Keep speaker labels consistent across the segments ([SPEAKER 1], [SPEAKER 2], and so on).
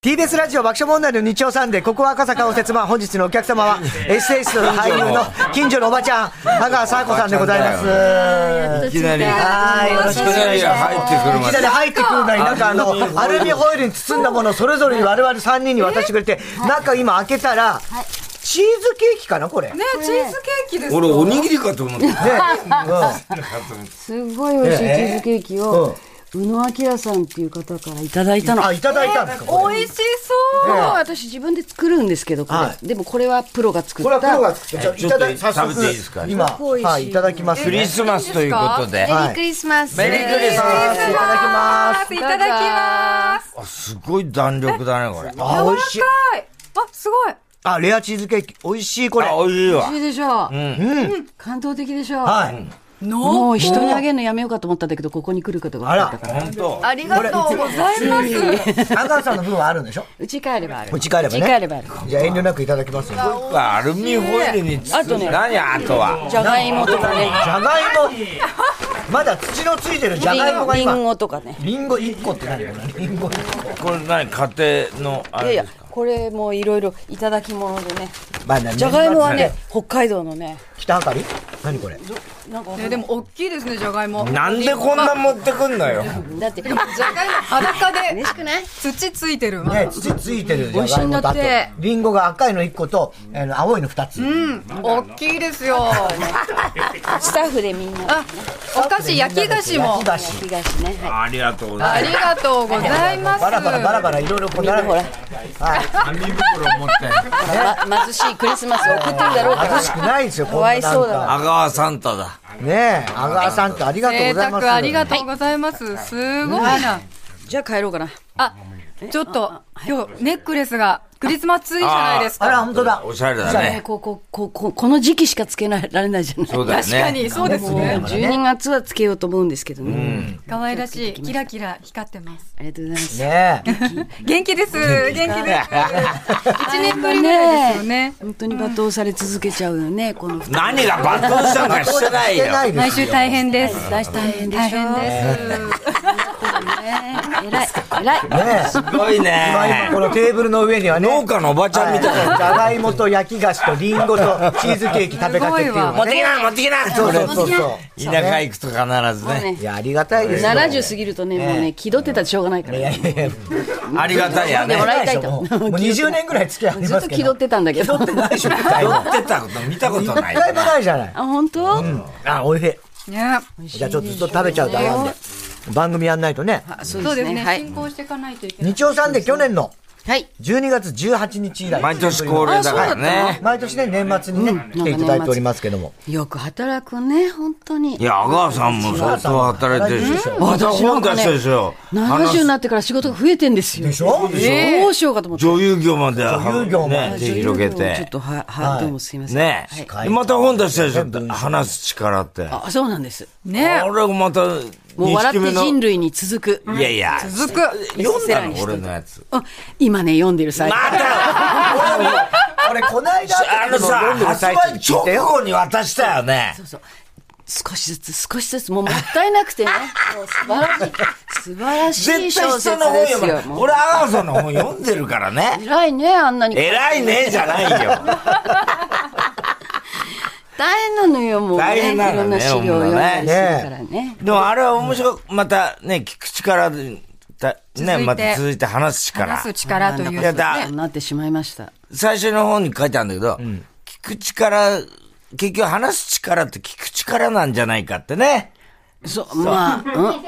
[SPEAKER 1] TBS ラジオ爆笑問題の日曜サンデー、ここは赤坂応接間、本日のお客様は、エッセイストの俳優の近所のおばちゃん、香川沙子さんでございます。
[SPEAKER 2] いきなり。
[SPEAKER 1] はい、よろしくお願いします。
[SPEAKER 2] 入ってくるまで
[SPEAKER 1] いきなり入ってくるなり、なんかあの、アルミホイルに包んだものをそれぞれに我々3人に渡してくれて、中今開けたら、チーズケーキかな、これ。ね、
[SPEAKER 3] チーズケーキです
[SPEAKER 2] 俺、おにぎりかと思った。
[SPEAKER 4] すごい美味しいチーズケーキを、宇野明さんっていう方からいただいたの。
[SPEAKER 1] あ、いただいたんですか、これ。
[SPEAKER 3] 美味しそう
[SPEAKER 4] 私自分で作るんですけど、これ、
[SPEAKER 1] は
[SPEAKER 4] でもこれはプロが作った。
[SPEAKER 1] これはプロが作った。じゃあいただ
[SPEAKER 2] ちょっと食べていいですか
[SPEAKER 1] 今、はい、いただきます。
[SPEAKER 2] クリスマスということ
[SPEAKER 1] はい
[SPEAKER 2] で。
[SPEAKER 5] メリークリスマス。
[SPEAKER 2] メリークリスマ
[SPEAKER 1] いただ
[SPEAKER 2] ス
[SPEAKER 1] きます。
[SPEAKER 3] いただきます
[SPEAKER 2] あすごい弾力だね、これ。あ、
[SPEAKER 1] あ、美味しい。
[SPEAKER 3] はいあすごい
[SPEAKER 1] あ、レアチーズケーキ、美味しい、これ。は
[SPEAKER 2] 美味しいわ
[SPEAKER 4] 美。味しいでしょう。うん感動的でしょう。
[SPEAKER 1] い。
[SPEAKER 4] もう人にあげるのやめようかと思ったんだけど、ここに来ることが分かったから。
[SPEAKER 2] 本当。
[SPEAKER 5] ありがとうございます。
[SPEAKER 1] 香川さんの分はあるんでしょ
[SPEAKER 4] うち帰ればある。
[SPEAKER 1] うち帰ればね
[SPEAKER 4] うち帰ればある。
[SPEAKER 1] じゃあ遠慮なくいただきますよ。
[SPEAKER 2] アルミホイルに包ん
[SPEAKER 4] あとね
[SPEAKER 2] 何あとは。
[SPEAKER 4] じゃがいもとかね。
[SPEAKER 1] じゃがいも、まだ土のついてるじゃがいもが
[SPEAKER 4] りん
[SPEAKER 1] 今、
[SPEAKER 4] ごとかね。
[SPEAKER 1] りんご1個って何りんご1個。
[SPEAKER 2] これ何家庭の、あ
[SPEAKER 4] いや
[SPEAKER 2] れ
[SPEAKER 4] いや
[SPEAKER 2] ですか。、
[SPEAKER 4] これもいろいろいただき物でね。
[SPEAKER 1] まあね
[SPEAKER 4] じゃがいもはね、北海道のね、
[SPEAKER 1] 北あかり何これ
[SPEAKER 4] なんかわかんな
[SPEAKER 3] ね
[SPEAKER 4] い
[SPEAKER 3] でも大きいですねじゃがいも
[SPEAKER 2] なんでこんな持ってくんのよ。
[SPEAKER 4] だって、
[SPEAKER 3] じゃがいも裸で
[SPEAKER 5] 嬉しくない
[SPEAKER 3] 土ついてる
[SPEAKER 1] ね、土ついてるじ
[SPEAKER 3] 美
[SPEAKER 1] ゃがいもとあと
[SPEAKER 3] 味しいんだって、
[SPEAKER 1] りんごが赤いの1個と、あの青いの2つ。
[SPEAKER 3] 大きいですよ
[SPEAKER 4] スタッフでみんな、
[SPEAKER 3] あお菓子焼き菓子も
[SPEAKER 1] 焼き菓子。
[SPEAKER 4] 東ね、はい。
[SPEAKER 2] ありがとうござ
[SPEAKER 3] あ
[SPEAKER 2] い
[SPEAKER 3] りがとうございます
[SPEAKER 1] バラバラバラバラいろいろこう並べ
[SPEAKER 4] ほら
[SPEAKER 2] ます。紙袋持って。
[SPEAKER 4] ま貧しいクリスマスを送ってんだろうから
[SPEAKER 1] 貧しくないですよ、こん
[SPEAKER 4] かわいそうだ
[SPEAKER 1] な
[SPEAKER 2] 阿川サンタだ。
[SPEAKER 1] んかねえ、阿川さんってありがとう
[SPEAKER 3] 贅
[SPEAKER 1] ございます。
[SPEAKER 3] 沢ありがとうございますすごいな
[SPEAKER 4] じゃあ帰ろうかな
[SPEAKER 3] あちょっと今日ネックレスがクリスマスツリーじゃないです
[SPEAKER 1] あ、
[SPEAKER 3] から
[SPEAKER 1] 本当だ。
[SPEAKER 2] おしゃれだね。
[SPEAKER 4] こうこうこうこうこの時期しかつけられないじゃない
[SPEAKER 2] そうだよね。
[SPEAKER 3] 確かにそうですね
[SPEAKER 4] 12月はつけようと思うんですけどね、
[SPEAKER 3] 可愛らしいキラキラ光ってます
[SPEAKER 4] ありがとうございます
[SPEAKER 1] ねえ。
[SPEAKER 3] 元気です元気です 一年ぶりぐらいですよね
[SPEAKER 4] 本当に罵倒され続けちゃうよねこの2人
[SPEAKER 2] 何が罵倒したんかしてないよ。
[SPEAKER 1] ないで
[SPEAKER 3] 毎
[SPEAKER 1] すよ
[SPEAKER 3] 週大変です
[SPEAKER 4] 大変でしょ
[SPEAKER 3] 大変です
[SPEAKER 4] えらいえらい
[SPEAKER 1] ねえ
[SPEAKER 2] すごいね。
[SPEAKER 1] まあ今このテーブルの上にはね、
[SPEAKER 2] 農家のおばちゃんみたいな。
[SPEAKER 1] じゃがいもと焼き菓子とリンゴとチーズケーキ食べかけっていうの
[SPEAKER 2] 持
[SPEAKER 1] が
[SPEAKER 2] ってき
[SPEAKER 1] ね。
[SPEAKER 2] な持ってきな
[SPEAKER 1] そうそうそうそ
[SPEAKER 2] 田舎行くと必ずね。
[SPEAKER 1] う。いや、ありがたいですよ。
[SPEAKER 4] 70過ぎるとねもうね気取ってたらしょうがないから
[SPEAKER 1] いやいやいや、
[SPEAKER 2] ありがたいやね。
[SPEAKER 4] でもらいたいと
[SPEAKER 1] もうもう20年ぐらい付き合いあり
[SPEAKER 4] ず
[SPEAKER 1] ま
[SPEAKER 4] っ
[SPEAKER 1] す
[SPEAKER 4] と
[SPEAKER 1] けど。
[SPEAKER 4] 気取ってたんだけど
[SPEAKER 1] 気取ってないでしょ、一回
[SPEAKER 2] 乗
[SPEAKER 1] も。
[SPEAKER 2] ってたこと見たことない。
[SPEAKER 1] 一回もないじゃない。
[SPEAKER 4] あ本当、
[SPEAKER 1] あ、おいし
[SPEAKER 3] ね
[SPEAKER 1] い。じゃあちょっとずっと食べちゃうとあかんで。番組やんないとね。
[SPEAKER 4] あそう
[SPEAKER 3] そう
[SPEAKER 4] で
[SPEAKER 3] ですす
[SPEAKER 4] ね
[SPEAKER 3] ね、
[SPEAKER 4] はい
[SPEAKER 3] 進行していかないといけない。
[SPEAKER 1] 日曜さんで去年の
[SPEAKER 4] はい
[SPEAKER 1] 12月18日以来。
[SPEAKER 2] 毎年恒例だからね。
[SPEAKER 1] 毎年ね、年末にね、来ていただいておりますけども。
[SPEAKER 4] よく働くね本当に
[SPEAKER 2] いや、阿川さんも相当働いてるでしょ。また
[SPEAKER 4] 私な
[SPEAKER 2] 本
[SPEAKER 4] ん
[SPEAKER 2] 出
[SPEAKER 4] か
[SPEAKER 2] し
[SPEAKER 4] ね
[SPEAKER 2] たでしょ。
[SPEAKER 4] 70になってから仕事が増えてんですよ。
[SPEAKER 1] でしょ
[SPEAKER 4] どうしようかと思って。
[SPEAKER 2] 女優業まで
[SPEAKER 1] 女優業まで
[SPEAKER 2] ね、手広げ。
[SPEAKER 4] ちょってとは、はい、どうもすいません。
[SPEAKER 2] ね
[SPEAKER 1] は。い
[SPEAKER 2] でまた本出したでしょ。話す力って。
[SPEAKER 4] あ、そうなんです。
[SPEAKER 3] ね
[SPEAKER 2] 俺また、
[SPEAKER 4] もう笑って人
[SPEAKER 2] 類。
[SPEAKER 4] 類に続く。
[SPEAKER 2] いやいや、
[SPEAKER 3] 続く。
[SPEAKER 2] 読んだの俺のやつ。
[SPEAKER 4] あ今ね、読んでる最
[SPEAKER 2] ま
[SPEAKER 4] 中。
[SPEAKER 2] た
[SPEAKER 1] 俺、こないだ
[SPEAKER 2] あのさ、発売直後に渡したよね。
[SPEAKER 4] 少しずつ、少しずつ、もうもったいなく てね。もう素晴らしい、素晴らしい
[SPEAKER 2] 絶対
[SPEAKER 4] 小
[SPEAKER 2] 人
[SPEAKER 4] 説
[SPEAKER 2] の本
[SPEAKER 4] です
[SPEAKER 2] 読
[SPEAKER 4] よ。
[SPEAKER 2] む
[SPEAKER 4] もう
[SPEAKER 2] 俺、阿川さんの本読んでるから ね。
[SPEAKER 4] 偉いね、あんなに。
[SPEAKER 2] 偉いね、じゃないよ。
[SPEAKER 4] 大変なのよ、もう、ね。
[SPEAKER 2] 大変なのね
[SPEAKER 4] いろんな資料を読んだりするからね。
[SPEAKER 2] でもあれは面白く、またね、聞く力で、た
[SPEAKER 3] 続い
[SPEAKER 2] ね、
[SPEAKER 3] て
[SPEAKER 2] また続いて話す力
[SPEAKER 3] 話。す力という
[SPEAKER 2] いやだ
[SPEAKER 4] そうなってしまいました。
[SPEAKER 2] 最初の方に書いてあるんだけど、聞く力、結局話す力って聞く力なんじゃないかってね。
[SPEAKER 4] そう、まあ、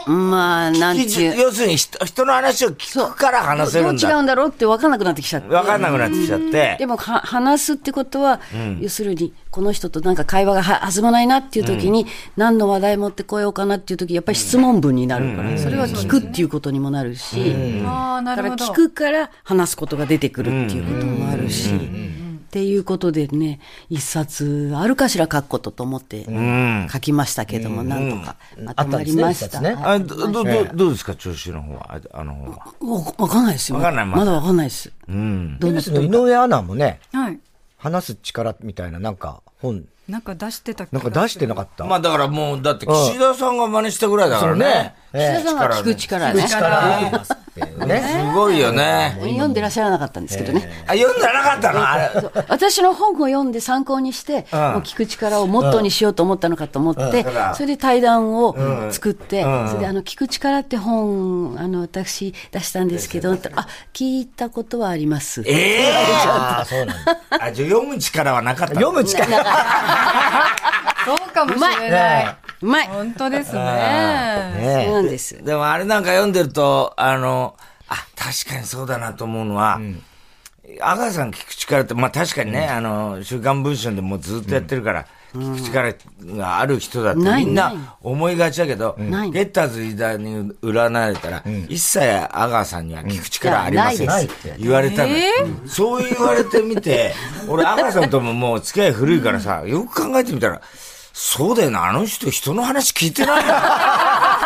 [SPEAKER 4] うん、まあ、なん
[SPEAKER 2] 聞
[SPEAKER 4] ちゅ
[SPEAKER 2] き
[SPEAKER 4] う。
[SPEAKER 2] 人するに人人の話を聞くから話せ
[SPEAKER 4] ど
[SPEAKER 2] る
[SPEAKER 4] うん違う
[SPEAKER 2] だ。
[SPEAKER 4] んだろうって分かんなくなってきちゃって。
[SPEAKER 2] わかんなくなってきちゃって。
[SPEAKER 4] でもは話すってことは、要するに、この人となんか会話がは弾まないなっていう時に、何の話題持ってこようかなっていう時、やっぱり質問文になるから、それは聞くっていうことにもなるし、
[SPEAKER 3] ああ、な
[SPEAKER 4] だか
[SPEAKER 3] る
[SPEAKER 4] ら
[SPEAKER 3] ほど。
[SPEAKER 4] 聞くから話すことが出てくるっていうこともあるし、っていうことでね、一冊あるかしら書くことと思って書きましたけども、なんとかまとまりまし
[SPEAKER 1] あった
[SPEAKER 4] た。
[SPEAKER 1] んですね一冊ね
[SPEAKER 4] はい
[SPEAKER 2] あどどどどうですか、調子の方は。ああの方は。
[SPEAKER 4] わわかんないですよ。
[SPEAKER 2] わかんないま
[SPEAKER 4] ま
[SPEAKER 2] だ
[SPEAKER 4] だわかんないです。
[SPEAKER 2] うん。
[SPEAKER 4] どんな
[SPEAKER 1] TBS の井上アナもね、
[SPEAKER 3] はい。
[SPEAKER 1] 話す力みたいな、なんか本、
[SPEAKER 3] なんか出してた気
[SPEAKER 1] な
[SPEAKER 3] が
[SPEAKER 1] ん
[SPEAKER 3] す
[SPEAKER 1] か
[SPEAKER 3] る
[SPEAKER 1] 出してなかった。
[SPEAKER 2] まあだからもう、だって岸田さんが真似したぐらいだからね。
[SPEAKER 4] 岸田さんは聞く力ね。
[SPEAKER 1] 力っていうね。
[SPEAKER 2] すごいよね。
[SPEAKER 4] 読んでらっしゃらなかったんですけどね。
[SPEAKER 2] あ、読んでなかったのあれ。
[SPEAKER 4] 私の本を読んで参考にして、もう聞く力をモットーにしようと思ったのかと思って、それで対談を作って、それであの、聞く力って本、あの、私出したんですけど、あ、聞いたことはあります。
[SPEAKER 2] ええ
[SPEAKER 1] ああ、そうなんだ。
[SPEAKER 2] あ、じゃあ読む力はなかったの
[SPEAKER 1] 読む力。
[SPEAKER 5] そうかもしれない。
[SPEAKER 4] うまい
[SPEAKER 5] 本当ですね。
[SPEAKER 4] そう
[SPEAKER 1] ね
[SPEAKER 4] なんです。
[SPEAKER 2] でもあれなんか読んでると、あの、あ、確かにそうだなと思うのは、阿川さん聞く力って、まあ確かにね、あの、週刊文春でもうずっとやってるから、聞く力がある人だって
[SPEAKER 4] ない
[SPEAKER 2] みん
[SPEAKER 4] ない
[SPEAKER 2] な思いがちだけど、ゲ
[SPEAKER 4] ない
[SPEAKER 2] ッターズ飯田に占われたら、一切阿川さんには聞く力ありません
[SPEAKER 4] ない
[SPEAKER 2] って言われたのよ。そう言われてみて、 俺阿川さんとももう付き合い古いからさ、よく考えてみたら、そうだよな、あの人人の話聞いてないんだ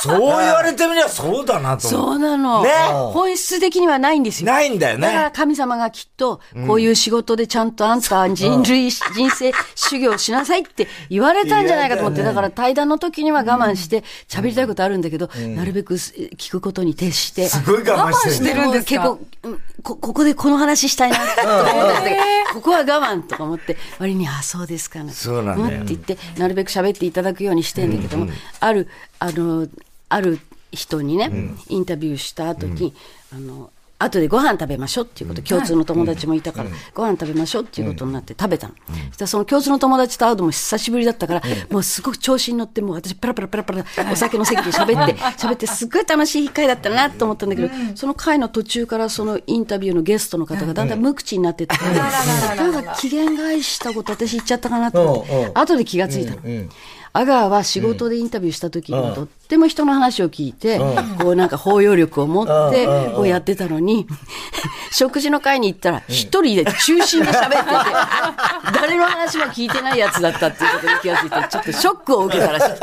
[SPEAKER 2] そう言われてみりゃそうだなと
[SPEAKER 4] そ
[SPEAKER 2] 思う。
[SPEAKER 4] うなの。
[SPEAKER 2] ね
[SPEAKER 4] 本質的にはないんですよ。
[SPEAKER 2] ないんだよ
[SPEAKER 4] だから
[SPEAKER 2] ね。
[SPEAKER 4] 神様がきっと、こういう仕事でちゃんとあんたは人類、人生修行しなさいって言われたんじゃないかと思って、だから対談の時には我慢して、喋りたいことあるんだけど、なるべくす聞くことに徹して。
[SPEAKER 2] すごい我慢してる
[SPEAKER 5] るんですか
[SPEAKER 4] もう結構、うんこ、ここでこの話したいなって思ったんだけど、ここは我慢とか思って、割に、あ、そうですかね。
[SPEAKER 2] そうなんだよ
[SPEAKER 4] って言って、なるべく喋っていただくようにしてんだけども、ある、あの、ある人にね、インタビューした後に、あの、後でご飯食べましょうっていうこと、共通の友達もいたから、ご飯食べましょうっていうことになって食べたの。そしたらその共通の友達と会うのも久しぶりだったから、もうすごく調子に乗って、もう私ペラペラペラペラお酒の席で 喋って、喋ってすっごい楽しい回だったなと思ったんだけど、その回の途中からそのインタビューのゲストの方がだんだん無口になってって、なんか機嫌返したこと私言っちゃったかなと思っ
[SPEAKER 1] うんうん
[SPEAKER 4] て、後で気がついたの。阿川は仕事でインタビューした時にとっても人の話を聞いて、こうなんか包容力を持ってこうやってたのに、 食事の会に行ったら一人で中心で喋ってて、 誰の話も聞いてないやつだったっていうことに気がついて、ちょっとショックを受けたらしくて、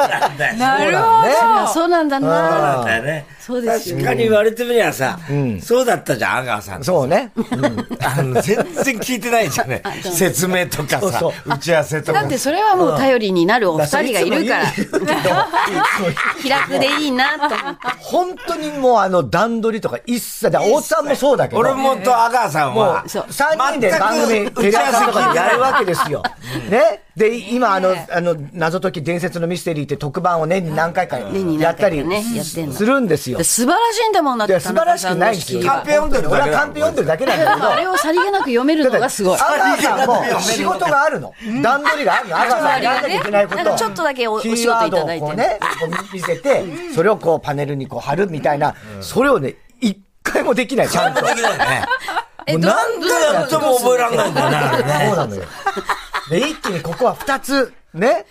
[SPEAKER 5] なるほ
[SPEAKER 4] あそうなんだな
[SPEAKER 2] だよね。
[SPEAKER 4] そうですよ
[SPEAKER 2] 確かに言われてみりゃさ、そうだったじゃん、阿川さん。
[SPEAKER 1] そうね。
[SPEAKER 2] あの、全然聞いてないじゃ んね。説明とかさ
[SPEAKER 1] そう、
[SPEAKER 2] 打ち合わせと
[SPEAKER 4] だ
[SPEAKER 2] か
[SPEAKER 4] って。それはもう頼りになるお二人がいるから、
[SPEAKER 1] つも言うけど
[SPEAKER 4] 気楽でいいなと思 って。
[SPEAKER 1] 本当にもうあの段取りとか一切、だから大津さんもそうだけど。
[SPEAKER 2] 俺もと阿川さん
[SPEAKER 1] もう
[SPEAKER 2] は、
[SPEAKER 4] そう
[SPEAKER 1] 3人で番組、
[SPEAKER 2] 全く打
[SPEAKER 1] テ
[SPEAKER 2] ち
[SPEAKER 1] レ
[SPEAKER 2] 合
[SPEAKER 1] 朝とか
[SPEAKER 2] わせ
[SPEAKER 1] でやる
[SPEAKER 2] わ
[SPEAKER 1] わけですよ。ね。で、今、あの
[SPEAKER 5] ね、
[SPEAKER 1] あの、謎解き伝説のミステリーって特番を年に何回か
[SPEAKER 4] 年に
[SPEAKER 1] や
[SPEAKER 4] 何
[SPEAKER 1] った
[SPEAKER 4] 回か
[SPEAKER 1] り
[SPEAKER 4] ねやってんの
[SPEAKER 1] するんですよ。
[SPEAKER 4] 素晴らしいんだもんなっ
[SPEAKER 1] いや
[SPEAKER 4] て、
[SPEAKER 1] 素晴らしくないんですよ。
[SPEAKER 4] 田中さん
[SPEAKER 2] カン
[SPEAKER 4] の式は
[SPEAKER 2] ペ読んでるだけ
[SPEAKER 1] 俺はカンペ読んでるだけなん
[SPEAKER 4] だ
[SPEAKER 1] だ
[SPEAKER 4] からあれをさりげなく読める
[SPEAKER 1] け
[SPEAKER 4] の
[SPEAKER 1] ど。
[SPEAKER 4] がすごい。
[SPEAKER 1] アガさんも仕事があるの。段取りがあるの。アガさんやんなきゃいけないこ
[SPEAKER 4] なん
[SPEAKER 1] と。
[SPEAKER 4] かちょっとだけおお
[SPEAKER 1] キ
[SPEAKER 4] 仕事
[SPEAKER 1] ーワー
[SPEAKER 4] い
[SPEAKER 1] ド
[SPEAKER 4] た
[SPEAKER 1] を
[SPEAKER 4] だい
[SPEAKER 1] こ
[SPEAKER 4] て
[SPEAKER 1] う
[SPEAKER 4] ね。
[SPEAKER 1] ね、こう見せて、それをこうパネルにこう貼るみたいな、それをね、一回もできない、ちゃんと。も
[SPEAKER 2] けだよね。
[SPEAKER 1] う
[SPEAKER 2] なんでやっても覚えられないんだよねあれね。
[SPEAKER 1] そうなのよ。で、一気にここは二つ、ね。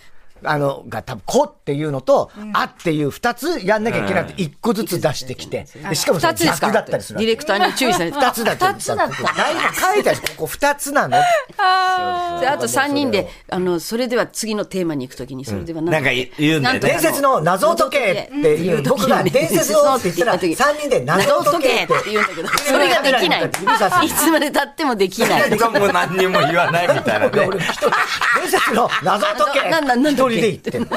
[SPEAKER 1] あの、が多分、こっていうのと、あっていう二つやんなきゃいけないって、一個ずつ出してきて。でしかもそれ
[SPEAKER 4] 二つですか
[SPEAKER 1] 逆だったりす
[SPEAKER 4] デ
[SPEAKER 1] るわ
[SPEAKER 4] ィ
[SPEAKER 1] け。
[SPEAKER 4] レクターに注意されて。
[SPEAKER 1] 二つだった。
[SPEAKER 4] 二つだった。
[SPEAKER 1] 大丈夫書いてあるここ二つなの。
[SPEAKER 4] で、あと3人で、あの、それでは次のテーマに行くときに、それでは
[SPEAKER 2] なんか言うんだよね
[SPEAKER 1] 伝説の謎を解けっていう、僕が伝説をって言ったら、三人で謎
[SPEAKER 4] 謎
[SPEAKER 1] を
[SPEAKER 4] を解
[SPEAKER 1] 解け
[SPEAKER 4] け
[SPEAKER 1] っ
[SPEAKER 4] ってて言うんだけど、それができない。いつまで経ってもできない。
[SPEAKER 2] 何とも何にも言わないみたいなね。
[SPEAKER 1] 俺一人、伝説の謎を解け
[SPEAKER 4] ななな
[SPEAKER 1] 一
[SPEAKER 4] んだ
[SPEAKER 1] 人
[SPEAKER 4] っけ
[SPEAKER 1] で言ってる。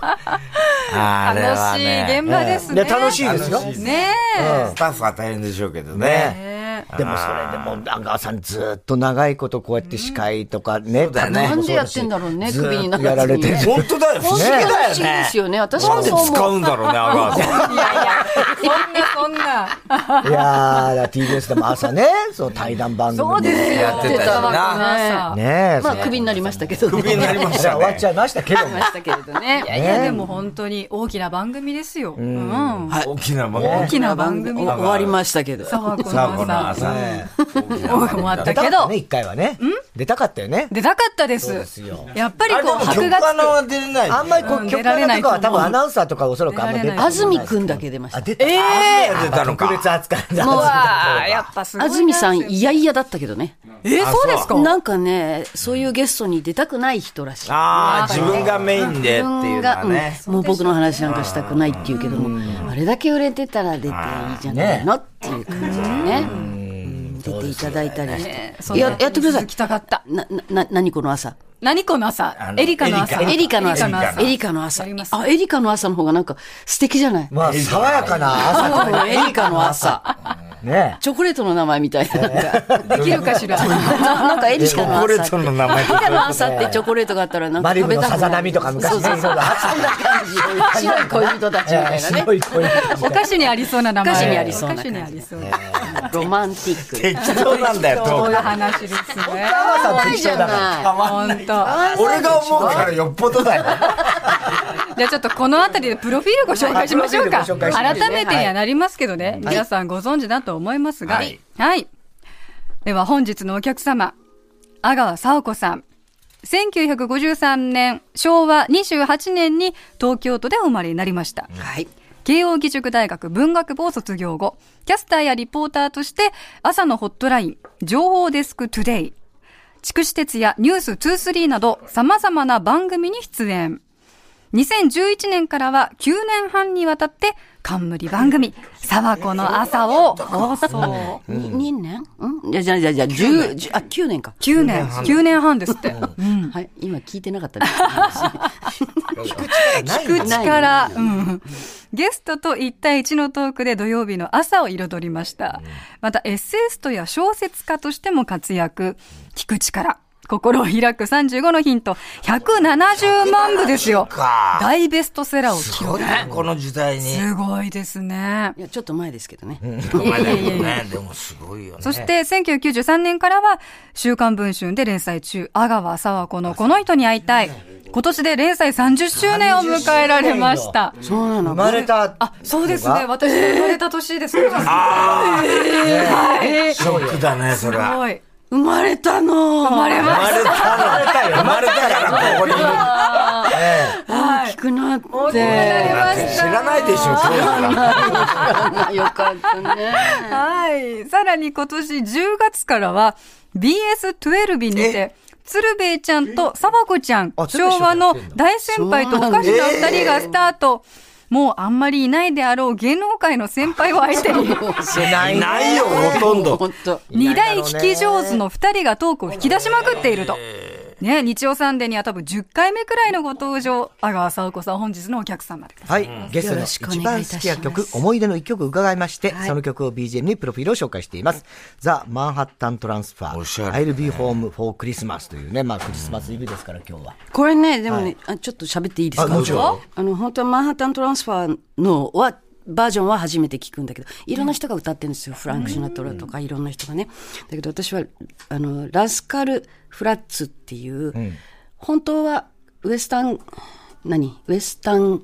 [SPEAKER 2] あれは
[SPEAKER 5] 楽しい
[SPEAKER 2] ね
[SPEAKER 5] 現。場です
[SPEAKER 1] い
[SPEAKER 5] ね。
[SPEAKER 1] や、楽しいですよ。
[SPEAKER 5] ねえ。
[SPEAKER 2] スタッフは大変でしょうけどね
[SPEAKER 1] ね。でもそれでも、阿川さんずっと長いことこうやって司会とかね、
[SPEAKER 2] だよね
[SPEAKER 4] なんでやってんだろうね
[SPEAKER 1] ずーっと
[SPEAKER 4] 首になんか
[SPEAKER 1] やられ てる
[SPEAKER 4] つい
[SPEAKER 2] 本当だよ、不思
[SPEAKER 4] 本
[SPEAKER 2] 議
[SPEAKER 4] 当
[SPEAKER 2] だよ
[SPEAKER 4] に不思議
[SPEAKER 2] ね
[SPEAKER 4] で。すよね。私
[SPEAKER 2] な
[SPEAKER 4] も
[SPEAKER 2] んで
[SPEAKER 4] そう
[SPEAKER 2] 使
[SPEAKER 4] 思う。
[SPEAKER 2] うんだろうね、阿川さん。
[SPEAKER 5] いやいや、そんなそんな。
[SPEAKER 1] いやー、だから TBS でも朝ね、その対談番組
[SPEAKER 5] そうですよ。
[SPEAKER 2] やってたし
[SPEAKER 5] な
[SPEAKER 4] な
[SPEAKER 1] ねえ、
[SPEAKER 4] まあ、
[SPEAKER 1] そう
[SPEAKER 4] クビになりましたけどね。
[SPEAKER 2] クビになりまし
[SPEAKER 1] 終
[SPEAKER 2] た
[SPEAKER 1] わっ
[SPEAKER 2] ね
[SPEAKER 1] ち。ゃいましたけども
[SPEAKER 4] ま。したけれどね。
[SPEAKER 5] いやいや、でも本当に大きな番組ですよ。うん。
[SPEAKER 2] 大きな番
[SPEAKER 5] 大きな番組。
[SPEAKER 4] お終わりましたけど。
[SPEAKER 5] さあ、こ
[SPEAKER 2] さあ、この
[SPEAKER 5] の
[SPEAKER 2] 朝
[SPEAKER 5] 朝。。
[SPEAKER 2] 大きな番組
[SPEAKER 5] もあった
[SPEAKER 1] 出
[SPEAKER 5] け
[SPEAKER 1] たか
[SPEAKER 5] ど
[SPEAKER 1] ったね、一回はね。出たかったよね。
[SPEAKER 5] 出たかったです。やっぱり
[SPEAKER 2] あれで
[SPEAKER 5] こ
[SPEAKER 2] も
[SPEAKER 5] う、
[SPEAKER 2] 曲
[SPEAKER 5] 箔がつ
[SPEAKER 2] 穴は出れない。
[SPEAKER 1] あんまりこ
[SPEAKER 5] う
[SPEAKER 1] う、
[SPEAKER 5] ん
[SPEAKER 1] 曲
[SPEAKER 5] 出られ
[SPEAKER 1] の
[SPEAKER 5] ない
[SPEAKER 1] とかは多
[SPEAKER 5] と思
[SPEAKER 1] 分
[SPEAKER 5] う
[SPEAKER 1] アナウンサーとかおそらくあんま出てない。
[SPEAKER 4] 安住くんだけ出まし
[SPEAKER 1] あ、
[SPEAKER 4] た。
[SPEAKER 1] 出た。え
[SPEAKER 2] あ出たのか
[SPEAKER 1] 特別扱いだ。
[SPEAKER 5] くわーやっぱすごい
[SPEAKER 4] 安
[SPEAKER 5] な。
[SPEAKER 4] 住さん、いやいやだったけどね。
[SPEAKER 5] えー、そうですか
[SPEAKER 4] なんかね、そういうゲストに出たくない人らしい。
[SPEAKER 2] ああ、自分がメインでっていうのはね。
[SPEAKER 4] うんもう僕の話なんかしたくないっていうけども、あれだけ売れてたら出ていいじゃないのっていう感じでね。出ていただいたりして、
[SPEAKER 5] ねそんな
[SPEAKER 4] ややってください
[SPEAKER 5] 続きたかった
[SPEAKER 4] ななな何この朝
[SPEAKER 5] 何この朝
[SPEAKER 2] あの
[SPEAKER 5] エリカの朝。
[SPEAKER 2] エ
[SPEAKER 4] エリカの
[SPEAKER 5] エリカの
[SPEAKER 4] 朝
[SPEAKER 5] 朝
[SPEAKER 4] エリカの朝
[SPEAKER 5] やります
[SPEAKER 4] あエリカの朝の方がなんか素敵じゃない、
[SPEAKER 1] まあ、爽やかな朝か
[SPEAKER 4] エリカの朝
[SPEAKER 1] らね。
[SPEAKER 4] チョコレートの名前みたいななんか
[SPEAKER 5] できるかしら。
[SPEAKER 4] なんかエリ
[SPEAKER 2] チ
[SPEAKER 4] カの
[SPEAKER 2] ョコレー
[SPEAKER 4] 朝
[SPEAKER 2] ト
[SPEAKER 4] エ
[SPEAKER 2] の名前
[SPEAKER 4] リカの朝ってチョコレートがあったらなんか
[SPEAKER 1] マリ
[SPEAKER 4] 食
[SPEAKER 1] ブ
[SPEAKER 4] べ
[SPEAKER 1] の
[SPEAKER 4] たくな
[SPEAKER 1] さ
[SPEAKER 4] る
[SPEAKER 1] ざ波とか昔
[SPEAKER 4] そう
[SPEAKER 1] ね、
[SPEAKER 4] そう
[SPEAKER 1] そうだ。
[SPEAKER 4] そんな感じ白い恋人たちみたいなね
[SPEAKER 1] 白い恋人みた
[SPEAKER 5] お
[SPEAKER 1] いな
[SPEAKER 5] 菓子にありそうな名前。
[SPEAKER 4] お菓子にありそうな
[SPEAKER 5] お菓子にありそうな。
[SPEAKER 4] ロマンティック
[SPEAKER 2] 適当なんだよ、ト
[SPEAKER 5] そん
[SPEAKER 2] ー
[SPEAKER 5] な
[SPEAKER 2] ク
[SPEAKER 5] 話ですね。
[SPEAKER 1] 朝
[SPEAKER 4] 可愛い
[SPEAKER 1] 適
[SPEAKER 4] じ
[SPEAKER 1] 当
[SPEAKER 4] ゃ
[SPEAKER 1] だから。
[SPEAKER 4] ない
[SPEAKER 5] 本当。じゃ
[SPEAKER 2] 俺が思うからよっぽどだよ。
[SPEAKER 5] あちょっとこのあたりでプロフィールご紹介しましょう
[SPEAKER 1] は
[SPEAKER 5] か。
[SPEAKER 1] いプロフィールご紹介しましょう
[SPEAKER 5] 改めてにはなりますけどね、皆さんご存知だと思いますが。
[SPEAKER 2] は
[SPEAKER 5] はいい。では本日のお客様、阿川佐子さん。1953年、昭和28年に東京都でお生まれになりました。
[SPEAKER 4] はい
[SPEAKER 5] 慶應義塾大学文学部を卒業後、キャスターやリポーターとして、朝のホットライン、情報デスクトゥデイ、筑紫哲やニュース23など、様々な番組に出演。2011年からは9年半にわたって、冠番組、サワコの朝を放送。
[SPEAKER 4] に二年うんじゃあじゃあじゃあじゃあ十十あ9年か
[SPEAKER 5] 9年、9年半ですって。うん
[SPEAKER 4] はい今聞いてなかったです
[SPEAKER 5] 聞く力、うん、ゲストと1対1のトークで土曜日の朝を彩りました。またエッセイストや小説家としても活躍。聞く力。心を開く35のヒント。170万部ですよ。大ベストセラーを記
[SPEAKER 2] すご
[SPEAKER 5] 録
[SPEAKER 2] い。ね、この時代に。
[SPEAKER 5] すごいですね
[SPEAKER 4] い。やちょっと前ですけどね、
[SPEAKER 2] まあでもね、でもすごいよね。
[SPEAKER 5] そして、1993年からは、週刊文春で連載中、阿川佐和子のこの人に会いたい。今年で連載30周年を迎えられました。
[SPEAKER 4] そうな
[SPEAKER 1] 生
[SPEAKER 4] の
[SPEAKER 1] まれた。
[SPEAKER 5] あ、そうです
[SPEAKER 1] の
[SPEAKER 5] ね。
[SPEAKER 1] が
[SPEAKER 5] 私の生まれた 年です。
[SPEAKER 2] あ
[SPEAKER 5] はい。
[SPEAKER 2] あ、ショックだね、そ
[SPEAKER 5] す
[SPEAKER 2] れは。
[SPEAKER 5] ごい。
[SPEAKER 4] 生まれたの
[SPEAKER 5] 生まれま
[SPEAKER 2] 生ま
[SPEAKER 5] し
[SPEAKER 2] れたの。生まれたから、ここにいる。
[SPEAKER 4] 大きくなって
[SPEAKER 2] だって知らないでしょ、当時から。
[SPEAKER 4] よかったね
[SPEAKER 5] た。はい。さらに今年10月からは BS12 にて、鶴瓶ちゃんとサバ子ちゃん
[SPEAKER 1] あ、
[SPEAKER 5] 昭
[SPEAKER 1] 鶴瓶ちゃ
[SPEAKER 5] 和
[SPEAKER 1] んやっ
[SPEAKER 5] の
[SPEAKER 1] てんだ
[SPEAKER 5] 大先輩とおかしなお二人がスタート。もうあんまりいないであろう芸能界の先輩を相手に、
[SPEAKER 2] いないよ、ほとんど。
[SPEAKER 4] 本当
[SPEAKER 5] 二大聞き上手の二人がトークを引き出しまくっていると。ね、日曜サンデーには多分10回目くらいのご登場、阿川佐和子さん本日のお客様です。
[SPEAKER 1] はい、ゲスト
[SPEAKER 4] よ
[SPEAKER 1] の
[SPEAKER 4] ろしくお
[SPEAKER 1] 一
[SPEAKER 4] 願
[SPEAKER 1] 番
[SPEAKER 4] いいたします
[SPEAKER 1] 好きな曲、思い出の一曲伺いまして、
[SPEAKER 4] はい
[SPEAKER 1] その曲を BGM にプロフィールを紹介しています。ザ・マンハッタン・トランスファ
[SPEAKER 2] おしゃ
[SPEAKER 1] ー、
[SPEAKER 2] れ
[SPEAKER 1] I'll be home for Christmas というね、まあクリスマスイブですから今日は。
[SPEAKER 4] これね、でもね、あちょっと喋っていいですか
[SPEAKER 1] あもちろん
[SPEAKER 4] あの、本当はマンハッタントランスファーのは、バージョンは初めて聞くんだけど、いろんな人が歌ってるんですよ。フランク・シナトラとかいろんな人がね。だけど私は、あの、ラスカル・フラッツっていう、本当はウエスタン、何ウエスタン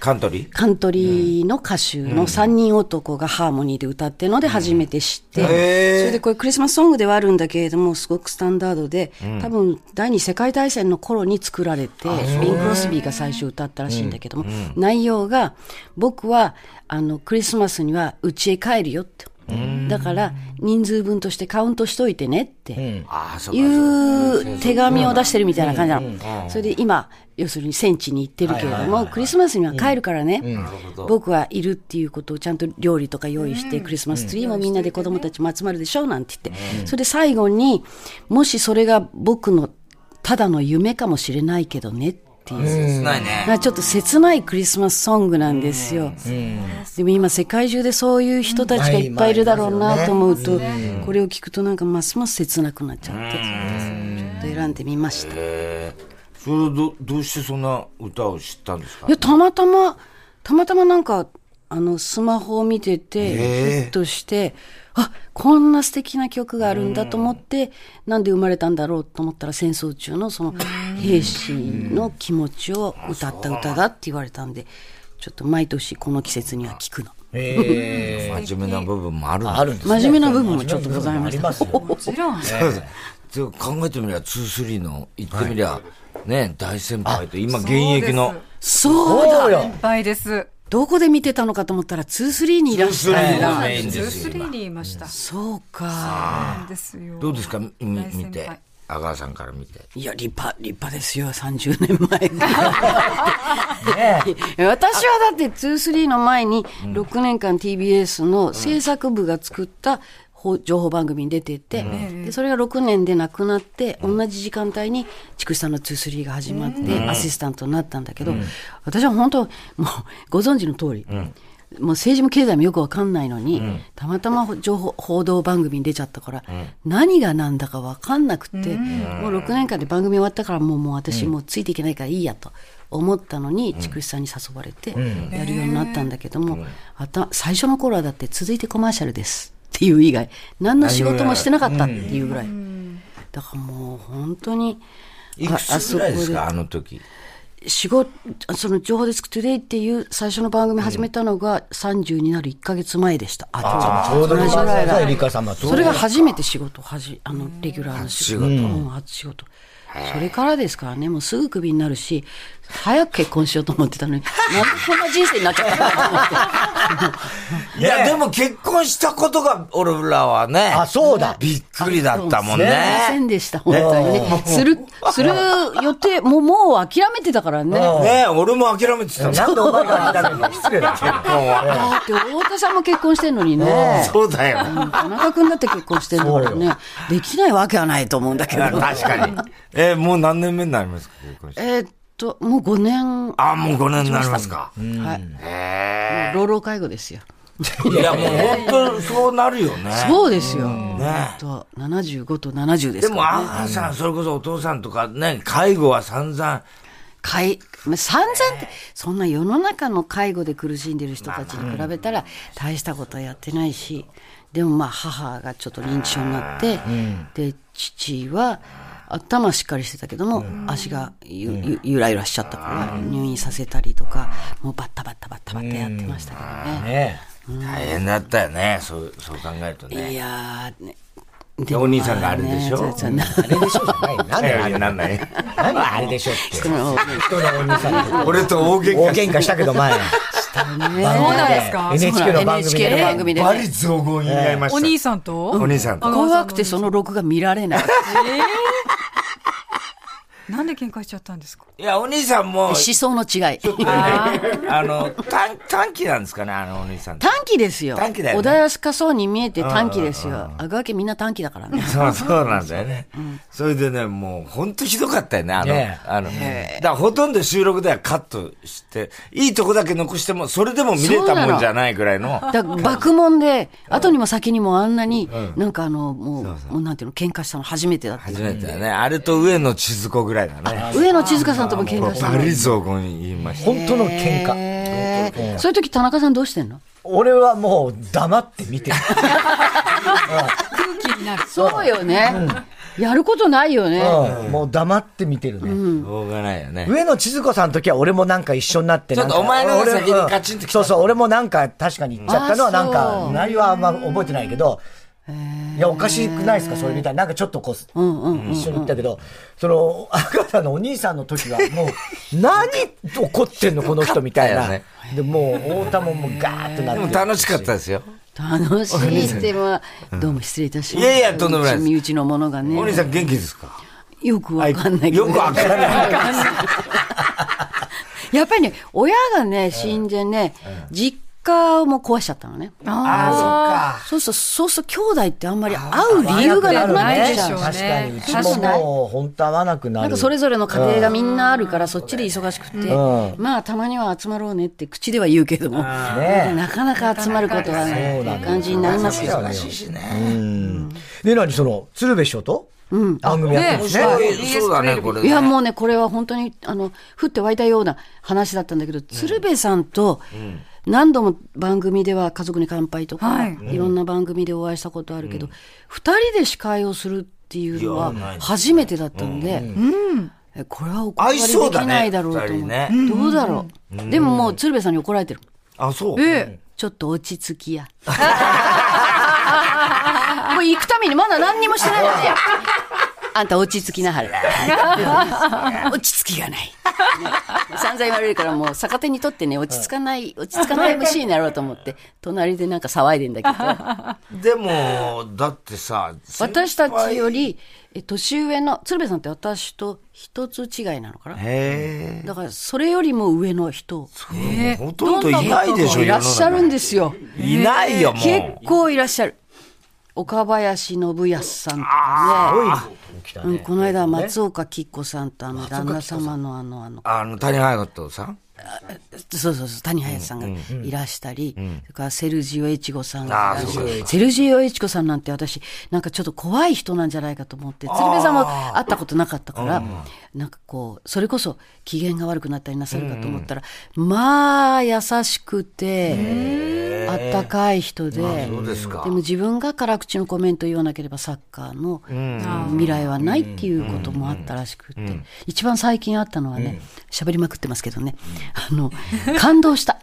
[SPEAKER 2] カントリー
[SPEAKER 4] カントリーの歌手の3人男がハーモニーで歌ってるので初めて知って、それでこれクリスマスソングではあるんだけれども、すごくスタンダードで、多分第二次世界大戦の頃に作られて、ビン・クロスビーが最初歌ったらしいんだけども、内容が、僕はあのクリスマスには家へ帰るよって。だから人数分としてカウントしといてねって
[SPEAKER 2] ああ、そっ
[SPEAKER 4] い
[SPEAKER 2] か。
[SPEAKER 4] う手紙を出してるみたいな感じなの。それで今、要するに戦地に行ってるけれども、クリスマスには帰るからね、僕はいるっていうことをちゃんと料理とか用意して、クリスマスツリーもみんなで子供たちも集まるでしょなんて言って。それで最後に、もしそれが僕のただの夢かもしれないけどねっていう。
[SPEAKER 2] ないね。
[SPEAKER 4] なんかちょっと切ないクリスマスソングなんですよ。でも今世界中でそういう人たちがいっぱいいるだろうなと思うと、これを聞くとなんかますます切なくなっちゃって、ちょっと選んでみました。い
[SPEAKER 2] それど、どうしてそんな歌を知ったんですか
[SPEAKER 4] や、たまたま、たまたまなんか、あの、スマホを見てて、ヒットして、あ、こんな素敵な曲があるんだと思って、なんで生まれたんだろうと思ったら戦争中のその兵士の気持ちを歌った歌だって言われたんで、ちょっと毎年この季節には聴くの。
[SPEAKER 2] 真面目な部分もあるんだ
[SPEAKER 1] あるんですね
[SPEAKER 4] 真面目な部分もちょっとございました
[SPEAKER 1] ありますよ。
[SPEAKER 5] もちろん。
[SPEAKER 2] そうですそう考えてみりゃ、2-3の、言ってみりゃ、ね、大先輩と、今現役の、
[SPEAKER 4] そうだ
[SPEAKER 1] そうよ。
[SPEAKER 5] 先輩です。
[SPEAKER 4] どこで見てたのかと思ったら2-3にいらっしゃる
[SPEAKER 2] 2-3
[SPEAKER 4] んだ。
[SPEAKER 2] メインですよ
[SPEAKER 5] 2-3
[SPEAKER 2] 今
[SPEAKER 5] にいました。
[SPEAKER 4] そうか。
[SPEAKER 5] ですよ。
[SPEAKER 2] どうですかみ
[SPEAKER 5] 大先輩
[SPEAKER 2] 見て。阿川さんから見て。
[SPEAKER 4] いや、立派、立派ですよ、30年前。 私はだって2-3の前に6年間 TBS の制作部が作ったほう情報番組に出てて、でそれが6年で亡くなって、同じ時間帯に筑紫さんの2-3が始まって、アシスタントになったんだけど、私は本当もうご存知の通り、もう政治も経済もよくわかんないのに、たまたま情報報道番組に出ちゃったから、何が何だかわかんなくて、もう6年間で番組終わったからもうもう私もうついていけないからいいやと思ったのに、筑紫さんに誘われてやるようになったんだけども、あた最初の頃はだって続いてコマーシャルですっていう以外何の仕事もしてなかったっていうぐらい、だからもう本当に
[SPEAKER 2] いくつぐらいですか、あ
[SPEAKER 4] あ
[SPEAKER 2] の時。
[SPEAKER 4] 仕事、その情報デスクトゥデイっていう最初の番組始めたのが30になる1ヶ月前でした。あ、
[SPEAKER 1] ちょうど
[SPEAKER 4] 同じぐらいだ
[SPEAKER 1] エリカ様と
[SPEAKER 4] それが初めて仕事、はじ、あの、レギュラーの仕事。うん、初仕事。それからですからね、もうすぐクビになるし、早く結婚しようと思ってた のに、なんでこんな人生になっちゃったのかと思って。
[SPEAKER 2] いや、でも結婚したことが、俺らはね。
[SPEAKER 1] あそうだ
[SPEAKER 2] びっくりだったもん
[SPEAKER 4] すいませ
[SPEAKER 2] ね。
[SPEAKER 4] んでした、本当にね。する、する予定、もう、もう諦めてたからね。
[SPEAKER 2] ね俺も諦めてたもん
[SPEAKER 1] なんでお前が諦めたの失礼だ
[SPEAKER 2] 結婚は。
[SPEAKER 4] だって、太田さんも結婚してんのにね。
[SPEAKER 2] そうだよ。
[SPEAKER 4] 田中君だって結婚してるんだからね、できないわけはないと思うんだけど。
[SPEAKER 2] 確かに。えーもう何年目になりますか結婚して
[SPEAKER 4] えーっと、もう5年、は
[SPEAKER 2] あ、もう5年になりますか。
[SPEAKER 4] い。もう老老介護ですよ。
[SPEAKER 2] いや、もう本当そうなるよね。
[SPEAKER 4] そうですよ。
[SPEAKER 2] ね
[SPEAKER 4] あと75と70で
[SPEAKER 2] です
[SPEAKER 4] か
[SPEAKER 2] も、
[SPEAKER 4] ら
[SPEAKER 2] あ
[SPEAKER 4] ね。
[SPEAKER 2] ーさん、それこそお父さんとかね、介護は散々、
[SPEAKER 4] 介まあ散々って、そんな世の中の介護で苦しんでる人たちに比べたら、大したことはやってないし、でもまあ、母がちょっと認知症になって、で、父は、頭しっかりしてたけども、足がゆゆゆらゆらしちゃったから、入院させたりとか、もうバッタバッタバッタバッタやってましたけどね。
[SPEAKER 1] ね
[SPEAKER 2] 大変だったよね、そう、そう考えると
[SPEAKER 4] い
[SPEAKER 2] ね。
[SPEAKER 4] やー、ね。
[SPEAKER 2] でお兄さんがあれでしょ
[SPEAKER 4] そう そうな
[SPEAKER 1] あれでしょじゃないなんであ
[SPEAKER 2] え
[SPEAKER 1] れ
[SPEAKER 2] ーなんない。
[SPEAKER 1] 何あれでしょって
[SPEAKER 4] こ の
[SPEAKER 1] 人のお兄さんと
[SPEAKER 2] 俺と大
[SPEAKER 1] 大
[SPEAKER 2] 喧嘩
[SPEAKER 1] 喧嘩したけど前
[SPEAKER 5] そうなんですか
[SPEAKER 1] NHK の番組
[SPEAKER 4] NHK の番
[SPEAKER 1] で
[SPEAKER 4] 組でね、
[SPEAKER 2] バリ雑言になりました。
[SPEAKER 5] お兄さんと
[SPEAKER 2] お兄さんと。
[SPEAKER 4] 怖くてその録画見られない。
[SPEAKER 5] なんで喧嘩しちゃったんですか
[SPEAKER 2] いや、お兄さんも
[SPEAKER 4] 思、想の違い。
[SPEAKER 2] あの、短短期なんですかね、あのお兄さんって。
[SPEAKER 4] 短期ですよ。
[SPEAKER 2] 短期だよね
[SPEAKER 4] 穏やかそうに見えて短期ですよ。あがわけみんな短期だから ね。
[SPEAKER 2] そう、そうなんだよね。それでね、もう、ほんとひどかったよね、あの、
[SPEAKER 1] ねえ
[SPEAKER 2] あの、だからほとんど収録ではカットして、いいとこだけ残しても、それでも見れたもんじゃないぐらいの、
[SPEAKER 4] だ爆問で、後にも先にもあんなに、なんかあの、もう、もうなんていうの、喧嘩したの初めてだって。
[SPEAKER 2] 初めてだね。あれと上野千鶴子ぐらいだね。
[SPEAKER 4] 上野千鶴香さんとも喧
[SPEAKER 2] バ
[SPEAKER 4] 嘩したの。
[SPEAKER 2] リ雑言言いました。
[SPEAKER 1] 本当の喧嘩
[SPEAKER 4] へーそういう時田中さんどうしてんの
[SPEAKER 1] 俺はもう黙って見てる
[SPEAKER 5] 空気になる。
[SPEAKER 4] そうよね。やることないよね。
[SPEAKER 1] うんもう黙って見てるね
[SPEAKER 2] しょうがないよね。
[SPEAKER 1] 上野千鶴子さんの時は俺もなんか一緒になって
[SPEAKER 2] ちょっとお前の方が先にカチンと来
[SPEAKER 1] き
[SPEAKER 2] た
[SPEAKER 1] そうそう俺もなんか確かに言っちゃったのはなん
[SPEAKER 4] あそ
[SPEAKER 1] か
[SPEAKER 4] う
[SPEAKER 1] 内容はあんま覚えてないけどいやおかしくないですかそれみたいななんかちょっとこう一緒に行ったけどその赤田のお兄さんの時はもう何怒ってんのこの人みたい
[SPEAKER 2] ひどか
[SPEAKER 1] な
[SPEAKER 2] ったよね
[SPEAKER 1] でもう太田ももうガーってな
[SPEAKER 2] で
[SPEAKER 1] っ
[SPEAKER 2] も
[SPEAKER 1] て
[SPEAKER 2] 楽しかったですよ。
[SPEAKER 4] 楽しいって、まあ、どうも失礼いたしました。
[SPEAKER 2] いやいやとんでもないです
[SPEAKER 4] 身内のものがね
[SPEAKER 2] お。兄さん元気ですか
[SPEAKER 4] よくわかんないけど。
[SPEAKER 2] よくわかんない。
[SPEAKER 4] やっぱりね、親がね、死んでね、実家をもう壊しちゃったのね。
[SPEAKER 2] ああ、
[SPEAKER 4] そうそう、そうそう、兄弟ってあんまり会う理由がなくなってきちゃう。
[SPEAKER 5] ね
[SPEAKER 1] 確かにうちももう本当合わなくなる
[SPEAKER 4] なんかそれぞれの家庭がみんなあるから、そっちで忙しくて、
[SPEAKER 1] ん
[SPEAKER 4] まあたまには集まろうねって口では言うけども、
[SPEAKER 1] ね
[SPEAKER 4] なかなか集まることはないっていう感じになりますよ。
[SPEAKER 2] そっか。忙しいしね。
[SPEAKER 1] で何その鶴瓶師匠と番組やってるんですね
[SPEAKER 5] ね
[SPEAKER 2] そうだね、これ。
[SPEAKER 4] いやもうね、これは本当に、あの、降って湧いたような話だったんだけど、鶴瓶さんと、何度も番組では家族に乾杯とか、
[SPEAKER 5] はいい、
[SPEAKER 4] ろんな番組でお会いしたことあるけど、二、人で司会をするっていうのはい
[SPEAKER 2] やないです
[SPEAKER 4] 初めてだったんで、えこれはお断り
[SPEAKER 2] 合いそう
[SPEAKER 4] で
[SPEAKER 2] だ
[SPEAKER 4] き
[SPEAKER 2] ね
[SPEAKER 4] ないだろうと思う。
[SPEAKER 2] 二人ね
[SPEAKER 4] どうだろう、でももう鶴瓶さんに怒られてる。
[SPEAKER 2] あ、そう。
[SPEAKER 5] え
[SPEAKER 4] ちょっと落ち着きや。 もう行くためにまだ何にもしてないのね。あんた落ち着きなはれ。落ち着きがない。散々言われるからもう逆手にとってね、落ち着かない、落ち着かない MC になろうと思って、隣でなんか騒いでんだけど、
[SPEAKER 2] でも、だってさ、
[SPEAKER 4] 私たちより、え年上の、鶴瓶さんって私と一つ違いなのかな
[SPEAKER 2] へ
[SPEAKER 4] だからそれよりも上の人、
[SPEAKER 2] え。ほとんどいないでしょ、
[SPEAKER 4] いらっしゃるんですよ。
[SPEAKER 2] 世の中にいないよ、も
[SPEAKER 4] 結
[SPEAKER 2] う。
[SPEAKER 4] 構いらっしゃる。岡林信康さんと
[SPEAKER 1] す
[SPEAKER 4] か
[SPEAKER 1] ご
[SPEAKER 4] ね
[SPEAKER 1] いの来た
[SPEAKER 4] う
[SPEAKER 1] ね
[SPEAKER 4] ん、この間松岡吉子さんとあの旦那様のあのあの
[SPEAKER 2] あの、谷原とさん
[SPEAKER 4] そうそうそう、谷林さんがいらしたり、それからセルジオエチゴさん
[SPEAKER 2] あ
[SPEAKER 4] が
[SPEAKER 2] ーそうかそう
[SPEAKER 4] セルジオエチゴさんなんて私、なんかちょっと怖い人なんじゃないかと思って、鶴瓶さんは会ったことなかったから、なんかこう、それこそ機嫌が悪くなったりなさるかと思ったら、まあ、優しくて、あったかい人で、で
[SPEAKER 2] そうですか。
[SPEAKER 4] も自分が辛口のコメントを言わなければサッカーの未来はないっていうこともあったらしくって、一番最近あったのはね、喋りまくってますけどね、あの、感動した。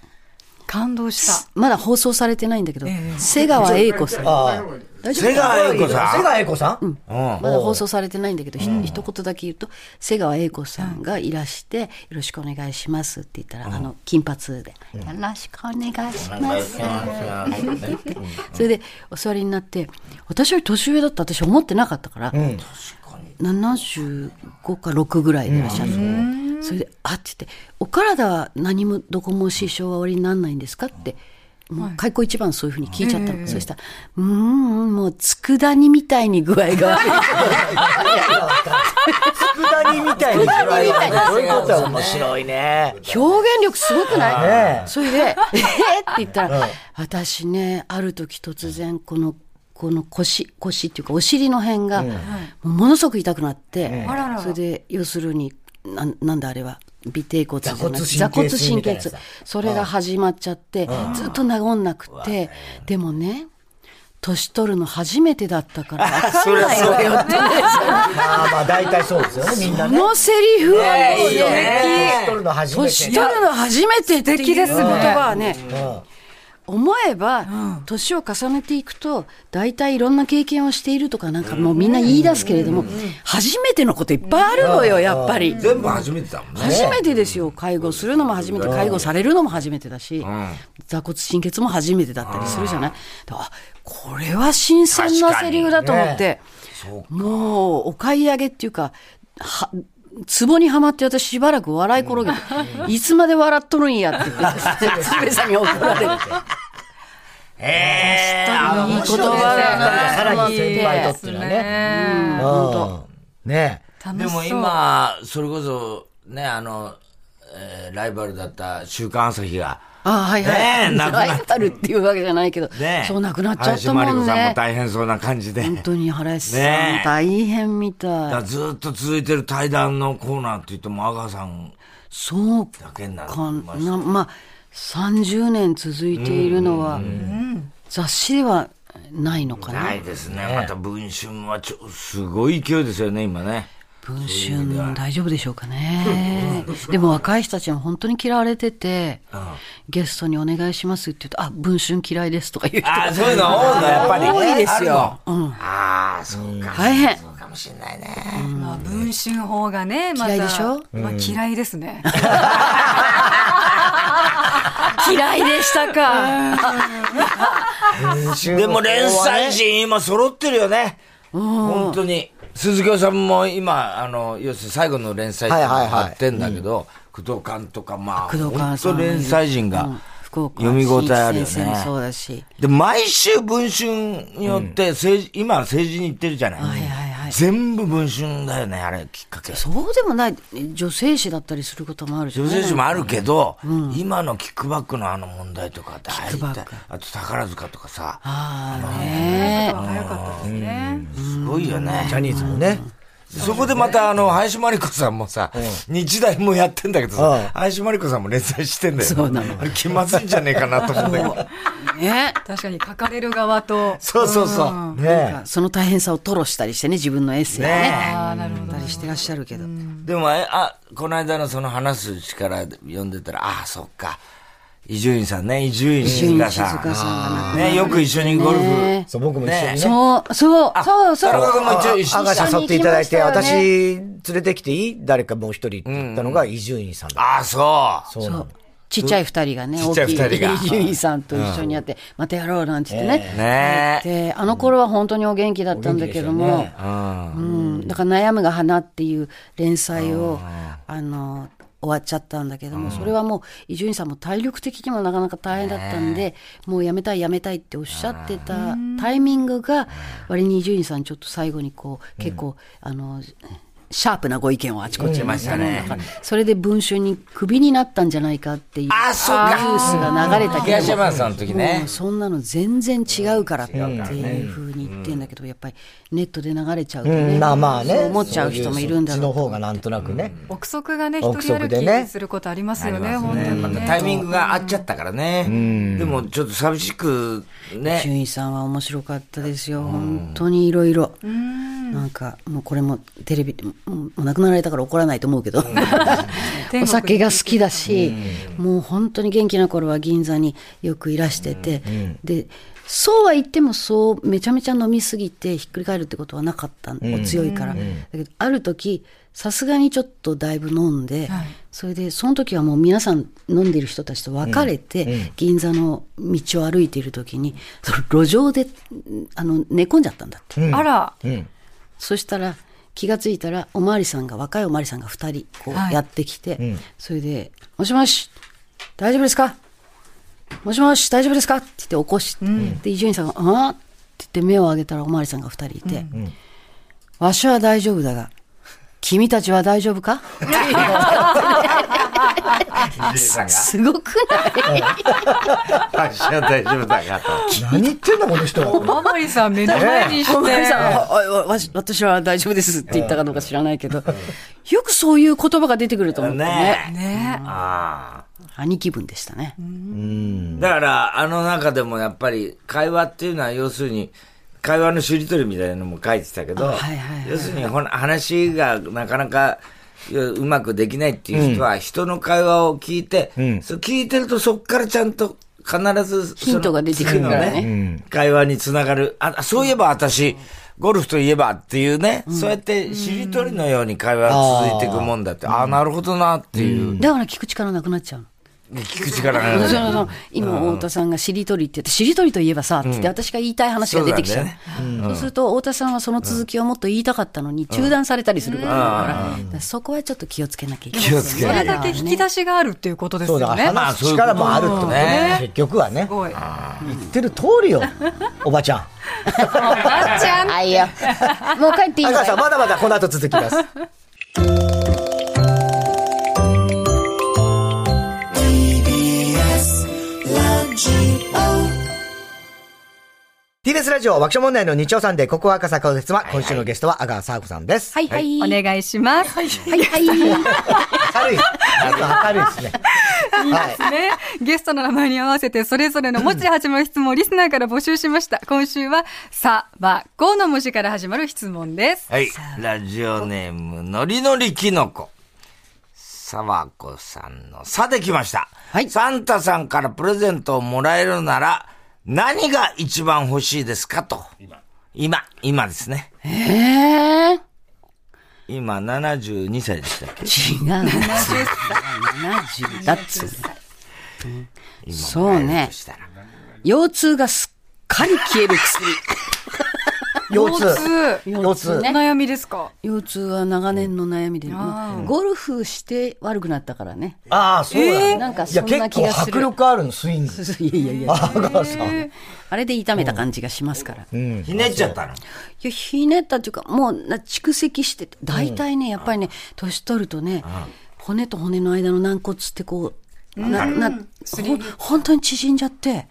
[SPEAKER 5] 感動した。
[SPEAKER 4] まだ放送されてないんだけど、瀬川栄子さん。
[SPEAKER 1] あ
[SPEAKER 4] 大丈夫
[SPEAKER 2] 瀬川
[SPEAKER 1] あ
[SPEAKER 2] 栄子さん
[SPEAKER 1] 瀬川栄子さん
[SPEAKER 2] うん。
[SPEAKER 4] まだ放送されてないんだけど、ひ一言だけ言うと、瀬川栄子さんがいらして、よろしくお願いしますって言ったら、あの、金髪で、よろしくお願いします。 それで、お座りになって、私より年上だった私思ってなかったから、75か6ぐらいでいらっしゃる、それで「あっ」て言って「お体は何もどこも支障はおりにならないんですか?」って。もう開口一番そういうふうに聞いちゃったの、そしたら「うーんもう佃煮みたいに具合が悪い」
[SPEAKER 1] 佃煮みたいに言われるどういうことだ面白いね
[SPEAKER 4] 表現力すごくない、
[SPEAKER 1] ねえ
[SPEAKER 4] それで「えーって言ったら、私ねある時突然このこの腰腰っていうかお尻の辺が、もうものすごく痛くなって、
[SPEAKER 5] あららら
[SPEAKER 4] それで要するになんなんだあれは尾てい骨じゃなくて
[SPEAKER 1] 座骨神経痛みたいなやつ
[SPEAKER 4] 座
[SPEAKER 1] だ
[SPEAKER 4] それが始まっちゃって、ずっと治んなくて、でもね年取るの初めてだっ たから分かんないわよって
[SPEAKER 1] まあまあ大体そうですよねみんな
[SPEAKER 4] こ
[SPEAKER 1] ね
[SPEAKER 4] のセリフはもうね
[SPEAKER 1] 年取るの初め
[SPEAKER 4] 年
[SPEAKER 1] て
[SPEAKER 4] 取るの初めてっていう言葉はね、
[SPEAKER 1] うん
[SPEAKER 4] 思えば、年を重ねていくと、大体いろんな経験をしているとか、なんかもうみんな言い出すけれども、初めてのこといっぱいあるのよ、やっぱり。
[SPEAKER 2] 全部初めてだもんね。
[SPEAKER 4] 初めてですよ。介護するのも初めて、介護されるのも初めてだし、座骨神経痛も初めてだったりするじゃない。だからあこれは新鮮なセリフだと思って、もうお買い上げっていうか、は、壺にはまって私しばらく笑い転げて、いつまで笑っとるんやって言って、 鶴瓶さんに怒られて。
[SPEAKER 2] ええ
[SPEAKER 4] あのいい言葉だ
[SPEAKER 1] さらに先輩とっていうのはね
[SPEAKER 5] ね
[SPEAKER 1] うんね
[SPEAKER 5] 楽し
[SPEAKER 2] で
[SPEAKER 5] そう。
[SPEAKER 2] も今、それこそ、ね、あの、えーライバルだった週刊朝日が、
[SPEAKER 4] あはい は
[SPEAKER 2] ねえ
[SPEAKER 4] い。
[SPEAKER 2] なくなっ
[SPEAKER 4] ライバルっていうわけじゃないけど、
[SPEAKER 2] ね、
[SPEAKER 4] そうなくなっちゃった
[SPEAKER 2] 林
[SPEAKER 4] も
[SPEAKER 2] 真理
[SPEAKER 4] ん
[SPEAKER 2] 子さんも
[SPEAKER 4] ね。
[SPEAKER 2] 大変そうな感じで。
[SPEAKER 4] 本当に原石さん、
[SPEAKER 2] ねえ
[SPEAKER 4] 大変みた
[SPEAKER 2] だ
[SPEAKER 4] い
[SPEAKER 2] からずっと続いてる対談のコーナーって言っても、阿川さん
[SPEAKER 4] そう
[SPEAKER 2] だけになる。
[SPEAKER 4] かな、まあ、30年続いているのは、雑誌ではないのか
[SPEAKER 2] な
[SPEAKER 4] な。
[SPEAKER 2] いですね。また文春はちょ、すごい勢いですよね、今ね。
[SPEAKER 4] 文春大丈夫でしょうかね。でも若い人たちも本当に嫌われてて、ゲストにお願いしますって言うと、あ、文春嫌いですとか言う人
[SPEAKER 2] ああ、そういうの多いの、やっぱり。
[SPEAKER 4] 多いですよ。
[SPEAKER 2] あるの。ああ、そうか。
[SPEAKER 4] 大変。
[SPEAKER 2] そうかもしれないね。
[SPEAKER 5] まあ、文春法がね、また。
[SPEAKER 4] 嫌いでしょ
[SPEAKER 5] まあ、嫌いですね。
[SPEAKER 4] 嫌いでしたか。
[SPEAKER 2] でも連載陣今揃ってるよね。本当に。鈴木さんも今、あの、要するに最後の連載
[SPEAKER 1] はいはいはい
[SPEAKER 2] やってんだけど、工藤館とか、まあ、
[SPEAKER 4] 工藤
[SPEAKER 2] 本
[SPEAKER 4] 館さん
[SPEAKER 2] 当連載陣
[SPEAKER 4] うん
[SPEAKER 2] が、
[SPEAKER 4] 福岡
[SPEAKER 2] 読み応えあるよね
[SPEAKER 4] 新一先生もそうだし。
[SPEAKER 2] で、毎週文春によって、政治今政治に行ってるじゃない,、
[SPEAKER 4] はいはいはい
[SPEAKER 2] 全部文春だよね、あれ、きっかけ。
[SPEAKER 4] そうでもない、女性誌だったりすることもあるじゃ
[SPEAKER 2] 女
[SPEAKER 4] ない
[SPEAKER 2] 性誌もあるけど、今のキックバックのあの問題とか、大
[SPEAKER 4] キックバッ
[SPEAKER 2] 体
[SPEAKER 4] ク、
[SPEAKER 2] あと宝塚とかさ、
[SPEAKER 4] ああね
[SPEAKER 5] 早かったですね。
[SPEAKER 2] すごいよね。
[SPEAKER 1] ジャニーズもね
[SPEAKER 2] そこでまた、あの、林真理子さんもさ、日大もやってんだけど
[SPEAKER 1] うん
[SPEAKER 2] さ、林真理子さんも連載してんだよ。
[SPEAKER 4] そうなの
[SPEAKER 2] あれ気まずいんじゃねえかなと思うんだけど。
[SPEAKER 4] ね
[SPEAKER 5] 確かに書かれる側と。
[SPEAKER 2] そうそうそう。
[SPEAKER 1] ね
[SPEAKER 4] その大変さを吐露したりしてね、自分のエッセイをね。
[SPEAKER 2] ね
[SPEAKER 5] ああ、なるほど
[SPEAKER 4] た。りしてらっしゃるけど。
[SPEAKER 2] でも、えあ、この間のその話す力読んでたら、ああ、そっか。伊集院さんね、伊集院
[SPEAKER 4] 静
[SPEAKER 2] 静
[SPEAKER 4] 香
[SPEAKER 2] 香
[SPEAKER 4] さん
[SPEAKER 2] さ
[SPEAKER 4] が亡くなっ
[SPEAKER 2] ん。ね、よく一緒にゴルフ。
[SPEAKER 4] ね
[SPEAKER 1] そう僕も一緒にね
[SPEAKER 4] そう、そう、そう、
[SPEAKER 2] 田
[SPEAKER 4] そ
[SPEAKER 2] 中
[SPEAKER 4] う。
[SPEAKER 2] 君も一応一緒
[SPEAKER 1] あ
[SPEAKER 2] に
[SPEAKER 1] が誘っていただいて、
[SPEAKER 4] 一緒に行きましたよ
[SPEAKER 1] 私連れてきていい誰かもう一人って言ったのが伊集院さんだ。
[SPEAKER 2] ああ、そう。
[SPEAKER 1] そうなの。
[SPEAKER 4] ちっちゃい二人がね、
[SPEAKER 2] ちっちゃい二人が
[SPEAKER 4] 伊集院さんと一緒にやって、またやろうなんて言ってね。
[SPEAKER 2] ねえ。
[SPEAKER 4] で、あの頃は本当にお元気だったんだけども、うん、だから悩むが花っていう連載を、あの、終わっちゃったんだけども、それはもう伊集院さんも体力的にもなかなか大変だったんで、もうやめたいやめたいっておっしゃってたタイミングが割に伊集院さんちょっと最後にこう結構、あのシャープなご意見をあちこち
[SPEAKER 2] 出ましたね。
[SPEAKER 4] それで文春にクビになったんじゃないかっていうニュ
[SPEAKER 2] あ
[SPEAKER 4] ー
[SPEAKER 2] ー
[SPEAKER 4] ス
[SPEAKER 2] そうか
[SPEAKER 4] が流れたけ
[SPEAKER 2] 東
[SPEAKER 4] ど
[SPEAKER 2] 山さんの時
[SPEAKER 4] も
[SPEAKER 2] ね
[SPEAKER 4] う。そんなの全然違うからっていうふうに言ってんだけど、やっぱりネットで流れちゃうと
[SPEAKER 1] う
[SPEAKER 4] ね、
[SPEAKER 1] ん、まあまあね。
[SPEAKER 4] そう思っちゃう人もいるんだ
[SPEAKER 1] そっちの
[SPEAKER 4] ろ
[SPEAKER 1] 方がなんとなくね。
[SPEAKER 5] 憶測がね、一
[SPEAKER 1] 憶
[SPEAKER 5] 人
[SPEAKER 1] 測
[SPEAKER 5] 歩
[SPEAKER 1] でね
[SPEAKER 5] きすることあります
[SPEAKER 2] あり
[SPEAKER 5] よね、
[SPEAKER 2] ます
[SPEAKER 5] 本当
[SPEAKER 2] ね。ま
[SPEAKER 5] に
[SPEAKER 2] た
[SPEAKER 5] ね。
[SPEAKER 2] タイミングが合っちゃったからね。でもちょっと寂しく
[SPEAKER 4] う。
[SPEAKER 2] ね。
[SPEAKER 4] 俊一さんは面白かったですよ、本当にいろいろ。なんか、もうこれもテレビでも、もう亡くなられたから怒らないと思うけど、お酒が好きだし、もう本当に元気な頃は銀座によくいらしてて、で、そうは言ってもそう、めちゃめちゃ飲みすぎてひっくり返るってことはなかったんお強いから。だけど、ある時、さすがにちょっとだいぶ飲んで、それで、その時はもう皆さん飲んでる人たちと別れて、銀座の道を歩いている時に、その路上で、あの、寝込んじゃったんだって。
[SPEAKER 5] あら、
[SPEAKER 4] そしたら気がついたらおまわりさんが若いおまわりさんが2人こ
[SPEAKER 5] はいう
[SPEAKER 4] やってきて、それで「もしもし大丈夫ですかもしもし大丈夫ですか?」って言って起こして、で伊集院さんが「ああ?」って言って目を上げたらおまわりさんが2人いて「わしは大丈夫だが君たちは大丈夫か?」すごくない
[SPEAKER 2] 私は大丈夫だがと。
[SPEAKER 1] 何言ってんだ、この人は。
[SPEAKER 5] おまりさん目の前にして。
[SPEAKER 4] おまわりさんはおいおいわし私は大丈夫です」って言ったかどうか知らないけどよくそういう言葉が出てくると思ってね
[SPEAKER 5] ねえ
[SPEAKER 2] あ
[SPEAKER 4] 兄貴分でしたね。
[SPEAKER 2] あ。だから、あの中でもやっぱり会話っていうのは要するに、会話のしりとりみたいなのも書いてたけど、
[SPEAKER 4] あはいはいはい
[SPEAKER 2] 要するにほな話がなかなかいやうまくできないっていう人は、人の会話を聞いて、そう聞いてるとそこからちゃんと必ずその
[SPEAKER 4] ヒントが出てくるからね
[SPEAKER 2] 次の会話につながる。あ、そういえば私、ゴルフといえばっていうね、そうやってしりとりのように会話が続いていくもんだって、ああ、なるほどなっていう、
[SPEAKER 4] だから聞く力なくなっちゃうの。
[SPEAKER 2] 聞く力が
[SPEAKER 4] そのその今、太田さんがしりとりって言って、しりとりといえばさ、って言って、私が言いたい話が出てきちゃう。
[SPEAKER 2] そう
[SPEAKER 4] そうすると、太田さんはその続きをもっと言いたかったのに、中断されたりすることがあるから、だからそこはちょっと気をつけなきゃいけない。
[SPEAKER 2] 気をつけ
[SPEAKER 5] そ
[SPEAKER 2] ない
[SPEAKER 5] れだけ引き出しがあるっていうことです
[SPEAKER 1] そうだ、
[SPEAKER 5] よね。
[SPEAKER 2] まあ
[SPEAKER 1] 話す力もあるってことね。結局はね
[SPEAKER 5] す。ごい。
[SPEAKER 1] 言ってる通りよ、おばちゃん。
[SPEAKER 4] はいよ。もう帰っていい
[SPEAKER 1] 赤川
[SPEAKER 4] のか
[SPEAKER 1] さん、
[SPEAKER 4] よ
[SPEAKER 1] まだまだこの後続きます。TBS ラジオ爆笑問題の日曜サンデー、ここは赤坂ですが、今週のゲストは阿川佐和子さんです。
[SPEAKER 4] はいはい。
[SPEAKER 5] お願いします。
[SPEAKER 4] はいはい。
[SPEAKER 1] 明るい。なんか明るいですね。はい。
[SPEAKER 5] ね、ゲストの名前に合わせて、それぞれの文字で始まる質問をリスナーから募集しました。今週は、さ、ば、ごの文字から始まる質問です。
[SPEAKER 2] はい。ラジオネーム、のりのりきのこ。さわこさんの、さできました。
[SPEAKER 4] はい
[SPEAKER 2] サンタさんからプレゼントをもらえるなら、何が一番欲しいですかと。今。今、今ですね。
[SPEAKER 4] えー
[SPEAKER 2] 今、72歳でしたっけ
[SPEAKER 4] 違う。70だっつうの
[SPEAKER 2] 今
[SPEAKER 4] そうね
[SPEAKER 2] もらえるとしたら
[SPEAKER 4] 腰痛がすっかり消える 薬。
[SPEAKER 1] 腰痛。
[SPEAKER 5] 腰
[SPEAKER 1] 腰痛。
[SPEAKER 5] お悩みですか
[SPEAKER 4] 腰痛は長年の悩みで、もうゴルフして悪くなったからね。
[SPEAKER 1] ああ、そう
[SPEAKER 4] え
[SPEAKER 1] だ。
[SPEAKER 4] ーなんかそんな気がする
[SPEAKER 1] いや、結構迫力あるの、スイング。
[SPEAKER 4] いやいやいや、
[SPEAKER 1] 阿川さん。
[SPEAKER 4] あれで痛めた感じがしますから。い
[SPEAKER 2] ひねっちゃったの。
[SPEAKER 4] や、ひねったというか、もうな蓄積してて、大体ね、やっぱりね、年取るとね、骨と骨の間の軟骨ってこう、な、な、ほん本当に縮んじゃって、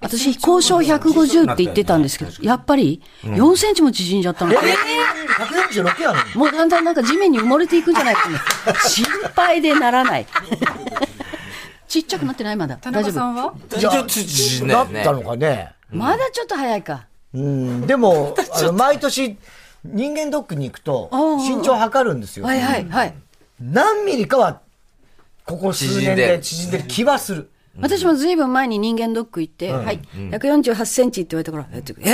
[SPEAKER 4] 私、交渉150って言ってたんですけど、やっぱり4センチも縮んじゃったの。
[SPEAKER 1] 146やのに。
[SPEAKER 4] もうだんだんなんか地面に埋もれていくんじゃないかと思 って心配でならない。ちっちゃくなってないまだ。
[SPEAKER 5] 田
[SPEAKER 4] 大丈
[SPEAKER 5] 中さ
[SPEAKER 4] 夫。
[SPEAKER 5] んは
[SPEAKER 1] じゃあ
[SPEAKER 2] ちょっと縮んだ
[SPEAKER 1] だ
[SPEAKER 2] よ
[SPEAKER 1] っ
[SPEAKER 2] ね
[SPEAKER 1] たのかね。
[SPEAKER 4] まだちょっと早いか。
[SPEAKER 1] うん、で も、あの毎年、人間ドックに行くと、身長測るんですよ。
[SPEAKER 4] はいはいはい。
[SPEAKER 1] 何ミリかは、ここ数年で縮んでる気はする。
[SPEAKER 4] 私もずいぶん前に人間ドック行って、はい、148センチって言われたから、えってえ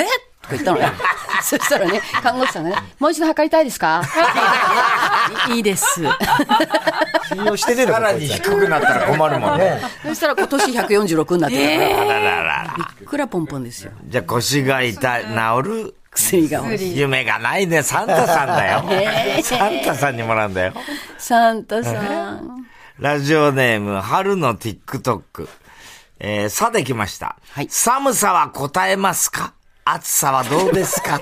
[SPEAKER 4] とか言ったのね。 そしたらね、看護師さんがね、もう一度測りたいですか いいです。
[SPEAKER 1] 信用してねえの
[SPEAKER 2] さ
[SPEAKER 1] か、
[SPEAKER 2] ら
[SPEAKER 1] こ
[SPEAKER 2] に
[SPEAKER 1] いつ
[SPEAKER 2] 低くなったら困るも んね。
[SPEAKER 1] ね
[SPEAKER 4] そしたら今年146になってた
[SPEAKER 2] あ
[SPEAKER 4] か
[SPEAKER 2] ら
[SPEAKER 4] ら
[SPEAKER 2] らら。
[SPEAKER 4] ら、いくらポンポンですよ。
[SPEAKER 2] じゃあ腰が痛い、治る
[SPEAKER 4] 薬が。
[SPEAKER 2] 夢がないね。サンタさんだよ。
[SPEAKER 4] えー
[SPEAKER 2] サンタさんにもらうんだよ。
[SPEAKER 4] サンタさん。
[SPEAKER 2] ラジオネーム、春の TikTok。えー、さできました。
[SPEAKER 4] はい
[SPEAKER 2] 寒さは答えますか暑さはどうです か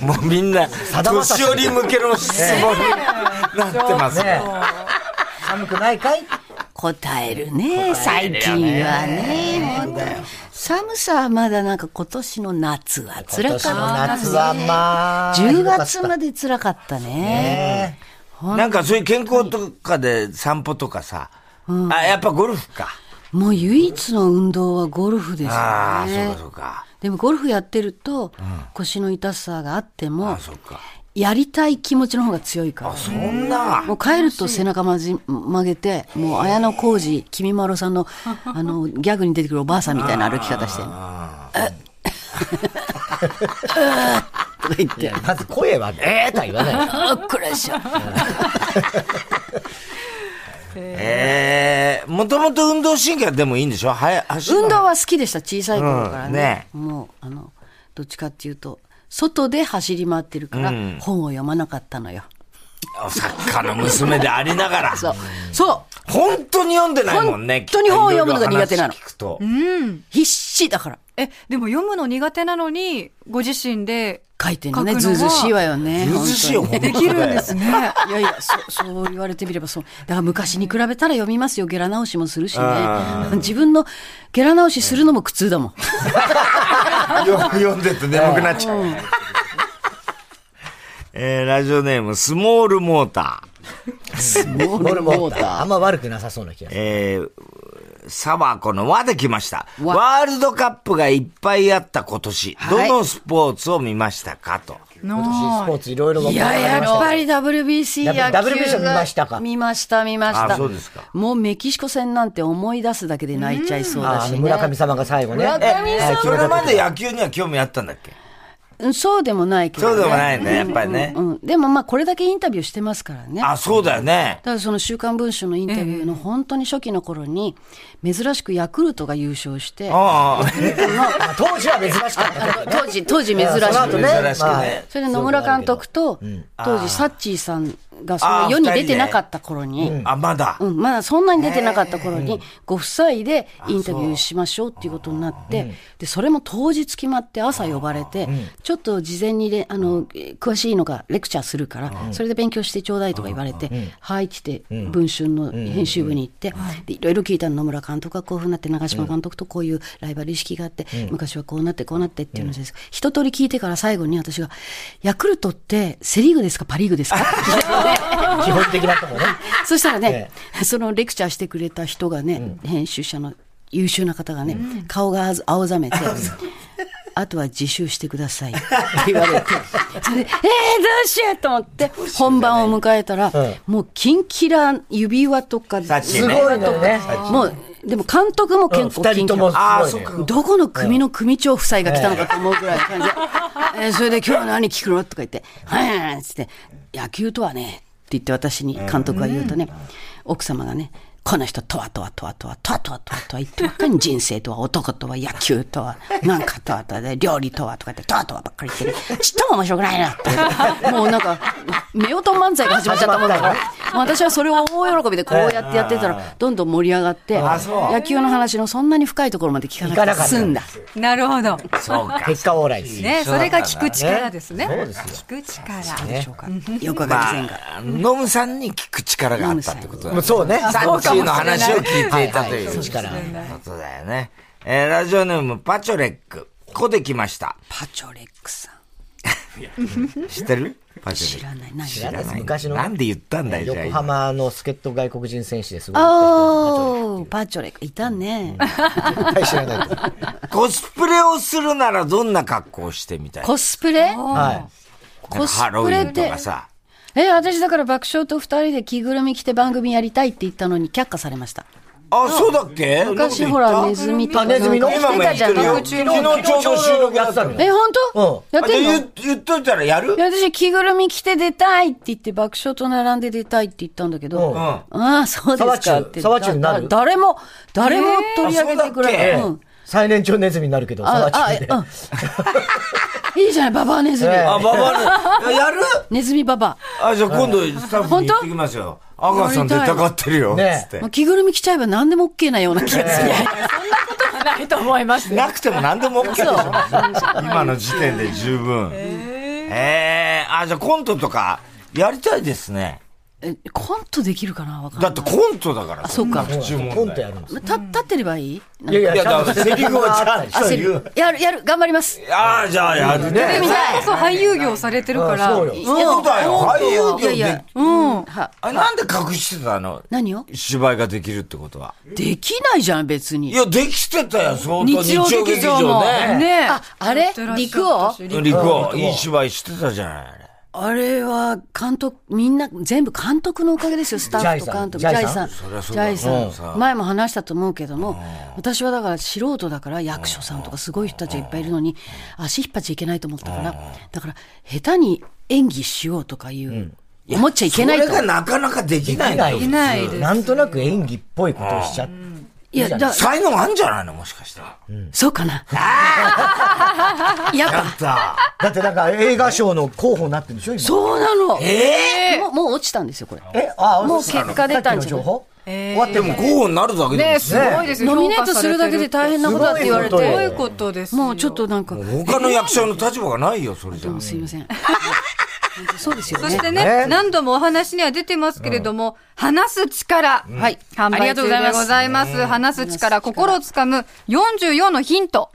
[SPEAKER 2] もうみんな、
[SPEAKER 1] だまさし
[SPEAKER 2] 年寄り向けの質問になってますね。
[SPEAKER 1] ね寒くないかい
[SPEAKER 4] 答えるね、最近はね。本当に寒さはまだなんか今年の夏は
[SPEAKER 1] 今
[SPEAKER 4] 辛
[SPEAKER 1] 年の
[SPEAKER 4] かっ
[SPEAKER 1] 夏はまあ。
[SPEAKER 4] た。10月ま
[SPEAKER 1] で。
[SPEAKER 4] で辛かったね。
[SPEAKER 1] ね
[SPEAKER 2] なんかそういう健康とかで散歩とかさ、あ、やっぱゴルフか。
[SPEAKER 4] もう唯一の運動はゴルフですよ
[SPEAKER 2] ああ、そう
[SPEAKER 4] ね
[SPEAKER 2] か。そうか。
[SPEAKER 4] でもゴルフやってると腰の痛さがあっても
[SPEAKER 2] あ、、そうか。
[SPEAKER 4] やりたい気持ちの方が強いから。
[SPEAKER 2] そんな。
[SPEAKER 4] もう帰ると背中まじ曲げて、もう綾野浩二、君まろさ んの、あの、ギャグに出てくるおばあさんみたいな歩き方してる。とか言って、
[SPEAKER 1] まず声は、ええとは言わ ない。
[SPEAKER 4] あ、 これでしょ。
[SPEAKER 2] ええもともと運動神経はでもいいんでしょはや、走る
[SPEAKER 4] 運動は好きでした、小さい頃からね。
[SPEAKER 2] う
[SPEAKER 4] もう、あの、どっちかっていうと、外で走り回ってるから、本を読まなかったのよ。
[SPEAKER 2] 作家の娘でありながら。
[SPEAKER 4] そう。そう
[SPEAKER 2] 本当に読んでないもんね。
[SPEAKER 4] 本当に本を読むのが苦手なの
[SPEAKER 2] きっといろいろ話聞くと。
[SPEAKER 4] 必死だから。
[SPEAKER 5] え、でも読むの苦手なのに、ご自身で
[SPEAKER 4] 書いてる
[SPEAKER 5] 書
[SPEAKER 4] の
[SPEAKER 5] くの
[SPEAKER 4] ね、ず
[SPEAKER 5] は
[SPEAKER 4] うずうしいわよね。
[SPEAKER 2] ずうずうしいよ
[SPEAKER 4] 本当にね
[SPEAKER 2] 本当だよできるんです
[SPEAKER 5] ね。
[SPEAKER 4] いやいや、そそう 言われてみればそう。だから昔に比べたら読みますよ。ゲラ直しもするしね。 自分のゲラ直しするのも苦痛だもん。
[SPEAKER 2] よく読んでて眠くなっちゃう。 えー、ラジオネーム、スモールモーター。
[SPEAKER 4] モ
[SPEAKER 1] 俺も、あんま悪くなさそうな気がする。
[SPEAKER 2] えー、サワコの和できました。
[SPEAKER 4] 和
[SPEAKER 2] ワールドカップがいっぱいあった今年、
[SPEAKER 4] はい
[SPEAKER 2] どのスポーツを見ましたかと。
[SPEAKER 1] 今年スポーツいろいろ分
[SPEAKER 4] い
[SPEAKER 1] かれ
[SPEAKER 4] や、
[SPEAKER 1] て
[SPEAKER 4] やっぱり WBC 野球が
[SPEAKER 1] WBC 見ましたか
[SPEAKER 4] 見ました、見ました。
[SPEAKER 2] あそうですか
[SPEAKER 4] もうメキシコ戦なんて思い出すだけで泣いちゃいそうだ
[SPEAKER 1] あ
[SPEAKER 4] し
[SPEAKER 1] の
[SPEAKER 4] ね。
[SPEAKER 1] 村上様が最後ね。
[SPEAKER 4] 村上様
[SPEAKER 1] えー
[SPEAKER 2] それまで野球には興味あったんだっけ
[SPEAKER 4] うんそうでもないけど、
[SPEAKER 2] そう
[SPEAKER 4] ね。
[SPEAKER 2] でもないね、やっぱりね。
[SPEAKER 4] うん。でもまあ、これだけインタビューしてますからね。
[SPEAKER 2] あ、そうだよね。
[SPEAKER 4] ただその週刊文春のインタビューの本当に初期の頃に、珍しくヤクルトが優勝して、
[SPEAKER 2] ああ、
[SPEAKER 1] あ当時は珍しかったけどね。
[SPEAKER 4] 当時、当時珍し
[SPEAKER 1] いやその後
[SPEAKER 4] く。
[SPEAKER 1] ね
[SPEAKER 2] 珍しく
[SPEAKER 1] まあ
[SPEAKER 2] ね
[SPEAKER 4] それで野村監督と、当時、サッチーさんがその世に出てなかった頃に、
[SPEAKER 2] あ、まだ。
[SPEAKER 4] うん、まだそんなに出てなかった頃に、ご夫妻でインタビューしましょうっていうことになって、で、それも当日決まって朝呼ばれて、ちょっと事前にれ、あの、えー詳しいのがレクチャーするから、それで勉強してちょうだいとか言われて、はいって言って、文春の編集部に行って、で、いろいろ聞いたの野村監督がこういうふうになって、長嶋監督とこういうライバル意識があって、昔はこうなってこうなってっていうのです。一通り聞いてから最後に私が、ヤクルトってセリーグですかパリーグ ですかって聞いたのね
[SPEAKER 1] 基本的なとこね。
[SPEAKER 4] そしたらね、そのレクチャーしてくれた人がね、編集者の優秀な方がね、顔があず青ざめて、あとは自習してくださいって 言われて、それで、えー、どうしようと思って、本番を迎えたら、もうキンキラ指輪とか、
[SPEAKER 2] サチ
[SPEAKER 1] すごいのよね。
[SPEAKER 4] もう、でも監督も
[SPEAKER 1] うん
[SPEAKER 4] 結構
[SPEAKER 1] 二
[SPEAKER 4] キン
[SPEAKER 1] 人
[SPEAKER 4] キ
[SPEAKER 1] と
[SPEAKER 4] ラ。
[SPEAKER 1] もすごいね。
[SPEAKER 2] あーそっか
[SPEAKER 4] どこの組の組長夫妻が来たのかと思うぐらいの 感じで、えーそれで今日は何聞くのとか言って、はいはいはいっつって、野球とはね、って言って私に監督が言うとね、奥様がね、この人とはとはとはとはとはとはとはとは言ってばっかりに人生とは男とは野球とはなんかとはとはで料理とはとかってとはとはばっかり言ってね、ちっとも面白くない なって。もうなんか、夫婦漫才が始まっちゃったもんだから、私はそれを大喜びでこうやってやってたら、どんどん盛り上がって、
[SPEAKER 2] あそう
[SPEAKER 4] 野球の話のそんなに深いところまで聞か
[SPEAKER 1] 聞かな
[SPEAKER 4] なく
[SPEAKER 1] かっ
[SPEAKER 4] て
[SPEAKER 1] た
[SPEAKER 4] 済んだ。
[SPEAKER 5] なるほど。
[SPEAKER 2] そうか。
[SPEAKER 1] 結果オーライです。
[SPEAKER 5] ね、
[SPEAKER 2] 一緒
[SPEAKER 5] そ
[SPEAKER 2] だ
[SPEAKER 5] れ
[SPEAKER 2] ったんだ
[SPEAKER 5] が聞く力ですね。
[SPEAKER 1] そうですよ
[SPEAKER 5] 聞く力。
[SPEAKER 4] よくわかりま
[SPEAKER 2] ま
[SPEAKER 4] せんが。
[SPEAKER 2] あ、ノムさんに聞く力があったってことだ
[SPEAKER 1] もうそうね。
[SPEAKER 2] サッチーの話を聞いていたという
[SPEAKER 1] そう力が
[SPEAKER 2] ことだよね。えー、ラジオネーム、パチョレック。こできました。
[SPEAKER 4] パチョレックさん。
[SPEAKER 2] 知ってるパチョ
[SPEAKER 4] 知
[SPEAKER 2] レッ
[SPEAKER 4] ら
[SPEAKER 2] ク。
[SPEAKER 4] ない。何
[SPEAKER 1] 知らないです
[SPEAKER 2] ない
[SPEAKER 1] 昔の
[SPEAKER 2] なんで言ったんだよ、じゃあ
[SPEAKER 1] 横
[SPEAKER 2] 今。
[SPEAKER 1] 浜の助っ人外国人選手ですごい。
[SPEAKER 4] おー、パチョレック。いたね。
[SPEAKER 1] 絶対知らないと思う。
[SPEAKER 2] コスプレをするならどんな格好をしてみたい
[SPEAKER 4] コスプレ
[SPEAKER 1] は
[SPEAKER 2] なんかハロウィンとかさ。
[SPEAKER 4] え、私だから爆笑と二人で着ぐるみ着て番組やりたいって言ったのに却下されました。
[SPEAKER 2] あ、そうだっけ
[SPEAKER 4] 昔ほら、ネズミとかなんか
[SPEAKER 1] あネズミの
[SPEAKER 2] 今もや
[SPEAKER 4] 着てた
[SPEAKER 2] っ
[SPEAKER 4] じ
[SPEAKER 2] て
[SPEAKER 4] ゃん。
[SPEAKER 2] るよ。
[SPEAKER 4] え、
[SPEAKER 2] 昨日ちょうど収録やってたのよ。
[SPEAKER 4] 本当やってんの
[SPEAKER 2] あで言言っといたらやる
[SPEAKER 4] いや私、着ぐるみ着て出たいって言って、爆笑と並んで出たいって言ったんだけど、
[SPEAKER 1] うん
[SPEAKER 4] ああ、そうですかって。
[SPEAKER 1] 沢中になる
[SPEAKER 4] だ誰も、誰も取り上げてくれない。
[SPEAKER 2] えーあそうだっけ
[SPEAKER 4] うん
[SPEAKER 1] 最年長ネズミになるけど、
[SPEAKER 4] あ
[SPEAKER 1] 沢地区で。
[SPEAKER 4] あうん いいじゃない、ババアネズミ。
[SPEAKER 1] ええ
[SPEAKER 2] あ、ババアねやる
[SPEAKER 4] ネズミババ
[SPEAKER 2] あ、じゃあ今度スタッフに言ってきますよ。阿川さん出たがってるよ、
[SPEAKER 1] ね
[SPEAKER 2] つって
[SPEAKER 4] まあ、。着ぐるみ着ちゃえば何でも OK なような気がする。
[SPEAKER 6] ないと思いますよ。
[SPEAKER 2] なくても何でも OK でしょ。今の時点で十分。えー、あ、じゃあコントとかやりたいですね。
[SPEAKER 4] えコントできるかなわかん
[SPEAKER 2] だ
[SPEAKER 4] ない。
[SPEAKER 2] ってコントだから。
[SPEAKER 4] あ、そうか。
[SPEAKER 2] 口問題
[SPEAKER 1] コントやるんですよ。
[SPEAKER 4] た立ってればいい
[SPEAKER 1] いやいや、
[SPEAKER 2] いや、だからセリフをちゃんと
[SPEAKER 1] そう
[SPEAKER 2] 言
[SPEAKER 1] 言
[SPEAKER 2] う。
[SPEAKER 1] う。
[SPEAKER 4] やる、やる、頑張ります。
[SPEAKER 2] ああ、じゃあやる
[SPEAKER 5] でも
[SPEAKER 2] ね。
[SPEAKER 5] それこそ俳優業されてるか
[SPEAKER 1] あ
[SPEAKER 5] ら。
[SPEAKER 1] そうよ
[SPEAKER 2] そうだよ。俳優業
[SPEAKER 4] いやい
[SPEAKER 2] で
[SPEAKER 4] や、
[SPEAKER 5] うん。
[SPEAKER 4] は、
[SPEAKER 2] あなんで隠してたの
[SPEAKER 4] 何を
[SPEAKER 2] 芝居ができるってことは。
[SPEAKER 4] できないじゃん、別
[SPEAKER 2] い
[SPEAKER 4] に。
[SPEAKER 2] や、できてたよ、相当。
[SPEAKER 5] 日曜劇場も。
[SPEAKER 2] ね。
[SPEAKER 5] ね
[SPEAKER 4] あ、あれ陸王
[SPEAKER 2] 陸王、いい芝居してたじゃない、あれ。
[SPEAKER 4] あれは、監督、みんな、全部監督のおかげですよ、スタッフと監
[SPEAKER 1] ジ
[SPEAKER 4] 督。ジ
[SPEAKER 1] ャ
[SPEAKER 4] ャ
[SPEAKER 1] イ
[SPEAKER 4] イ
[SPEAKER 1] さ
[SPEAKER 4] さ
[SPEAKER 1] ん
[SPEAKER 4] ん。
[SPEAKER 2] りゃそう
[SPEAKER 4] ジ
[SPEAKER 2] だ
[SPEAKER 4] ャイさん。前も話したと思うけども、私はだから素人だから、役所さんとかすごい人たちがいっぱいいるのに、足引っ張っちゃいけないと思ったから、だから、下手に演技しようとかいう、思っちゃいけない
[SPEAKER 2] それ
[SPEAKER 4] と。
[SPEAKER 2] がなかなかできないの
[SPEAKER 1] でき
[SPEAKER 5] ないです
[SPEAKER 1] なんとなく演技っぽいことをしちゃって。
[SPEAKER 4] いや、だ、
[SPEAKER 2] 才能あんじゃないのもしかして。
[SPEAKER 4] そうかな。やっ
[SPEAKER 2] や
[SPEAKER 4] ぱ、
[SPEAKER 2] った。
[SPEAKER 1] だってなんか映画賞の候補になってるんでしょ、今。
[SPEAKER 4] そうなの。
[SPEAKER 2] ええ
[SPEAKER 4] もう、もう落ちたんですよ、これ。
[SPEAKER 1] えあ
[SPEAKER 4] もう結果出たんじゃない
[SPEAKER 1] さっきの情報終わって
[SPEAKER 2] で
[SPEAKER 1] る
[SPEAKER 2] も候補になるだけ
[SPEAKER 5] ね
[SPEAKER 2] で
[SPEAKER 5] えすごいですよ。
[SPEAKER 4] ノミネートするだけで大変なことだって言われ
[SPEAKER 1] すごい
[SPEAKER 5] どうい
[SPEAKER 4] て、
[SPEAKER 5] うことですよ
[SPEAKER 4] もうちょっとなんか、
[SPEAKER 2] 他の役者の立場がないよ、それじゃ
[SPEAKER 4] どう。もすいません。そうですよ
[SPEAKER 5] そ
[SPEAKER 4] ね
[SPEAKER 5] し。てね
[SPEAKER 1] ね
[SPEAKER 5] 何度もお話には出てますけれども、話す力。はい。販売中でございます。話す力、心をつかむ44のヒント。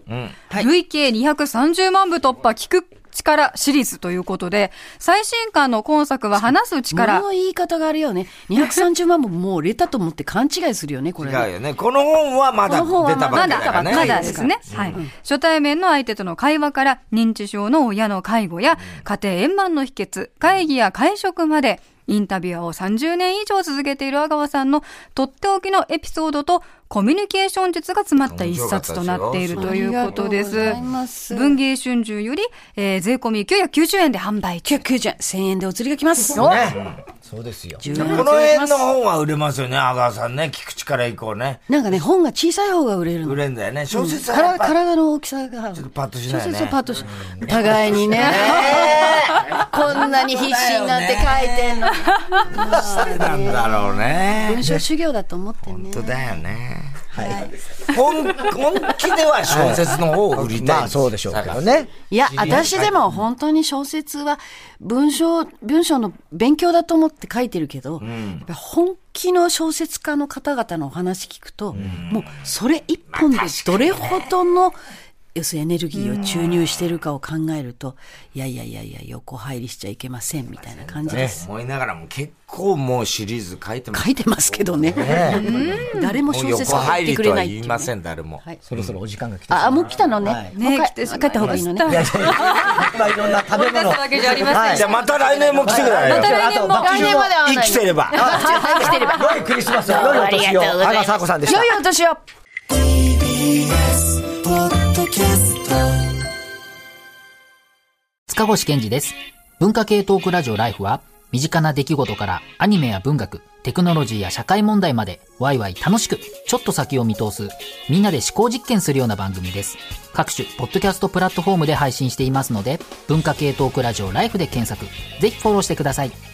[SPEAKER 5] 累計230万部突破、聞く力シリーズということで、最新刊の今作は話す力
[SPEAKER 4] も。う言い方があるよね。230万ももう売れたと思って勘違いするよね、これ。
[SPEAKER 2] 違うよね。この本はまだ
[SPEAKER 4] この本は
[SPEAKER 2] 出たば
[SPEAKER 5] ま
[SPEAKER 2] っか
[SPEAKER 5] だ
[SPEAKER 2] だからね。
[SPEAKER 5] まだですね。はい。初対面の相手との会話から、認知症の親の介護や、家庭円満の秘訣、会議や会食まで、インタビュアーを30年以上続けている阿川さんの、とっておきのエピソードと、コミュニケーション術が詰まった一冊となっているということで
[SPEAKER 4] ありがとう
[SPEAKER 5] す
[SPEAKER 4] ございま。す
[SPEAKER 5] 文芸春秋より、えー税込み990円で販売中。
[SPEAKER 4] 990円、1000円でお釣りが来ます。
[SPEAKER 1] ね。そうですよ。
[SPEAKER 4] 10
[SPEAKER 2] こ
[SPEAKER 4] 円で
[SPEAKER 2] の
[SPEAKER 4] お釣りが来ま
[SPEAKER 2] 辺
[SPEAKER 4] す
[SPEAKER 2] の。本は売れますよね、阿川さんね。聞く力以降ね。
[SPEAKER 4] なんかね、本が小さい方が売れる
[SPEAKER 2] 売
[SPEAKER 4] の。
[SPEAKER 2] れんだよね。小説はや
[SPEAKER 4] 体
[SPEAKER 2] っぱ
[SPEAKER 4] 体の大きさが。
[SPEAKER 2] ちょっとパッとし
[SPEAKER 4] 小
[SPEAKER 2] ないよね。
[SPEAKER 4] 説をパッとし、互いにね。 こんなに必死になって書いてんのに。
[SPEAKER 2] 誰なんだろうね
[SPEAKER 4] 文。章修行だと思ってね
[SPEAKER 2] 本。当だよね。
[SPEAKER 1] はい。
[SPEAKER 2] 本、本気では小説の方を売りたい。
[SPEAKER 1] まあそうでしょうけど。ね。
[SPEAKER 4] いや、私でも本当に小説は文章、文章の勉強だと思って書いてるけど、やっぱ本気の小説家の方々のお話聞くと、もうそれ一本でどれほどの、要するにエネルギーを注入してるかを考えると、いやいやいやいや、横入りしちゃいけませんみたいな感じです。
[SPEAKER 2] 思いながらも結構もうシリーズ書いてます。
[SPEAKER 4] 書いてますけどね。誰も
[SPEAKER 2] もう
[SPEAKER 4] 小説
[SPEAKER 2] 横入
[SPEAKER 4] 家が言って
[SPEAKER 2] り
[SPEAKER 4] く
[SPEAKER 2] と
[SPEAKER 4] れ
[SPEAKER 2] は
[SPEAKER 4] ないっ
[SPEAKER 2] 言
[SPEAKER 4] て
[SPEAKER 2] い
[SPEAKER 4] いう
[SPEAKER 2] ませ
[SPEAKER 4] ね。
[SPEAKER 2] ん、誰も。
[SPEAKER 4] はい
[SPEAKER 1] そろそろお時間が来てしま
[SPEAKER 4] あ、もう来たの
[SPEAKER 1] は
[SPEAKER 4] ね
[SPEAKER 1] い。
[SPEAKER 5] ね
[SPEAKER 4] もう帰
[SPEAKER 5] 来てしまいました
[SPEAKER 4] 帰った方がいいのね。
[SPEAKER 1] いやいやい や、いろんな食べ物。
[SPEAKER 5] だけじゃありません
[SPEAKER 1] はい
[SPEAKER 2] じゃあまた来年も来てくださいよ。
[SPEAKER 5] また来年も
[SPEAKER 1] あと
[SPEAKER 4] 来年まで会わな
[SPEAKER 2] 生
[SPEAKER 4] いの
[SPEAKER 2] きてれば。
[SPEAKER 1] 良いクリスマス、良いお年を。阿川佐和子さんでした
[SPEAKER 4] よい。お年を。
[SPEAKER 7] 塚越健二です。文化系トークラジオライフは、身近な出来事からアニメや文学、テクノロジーや社会問題まで、ワイワイ楽しく、ちょっと先を見通す、みんなで思考実験するような番組です。各種、ポッドキャストプラットフォームで配信していますので、文化系トークラジオライフで検索、ぜひフォローしてください。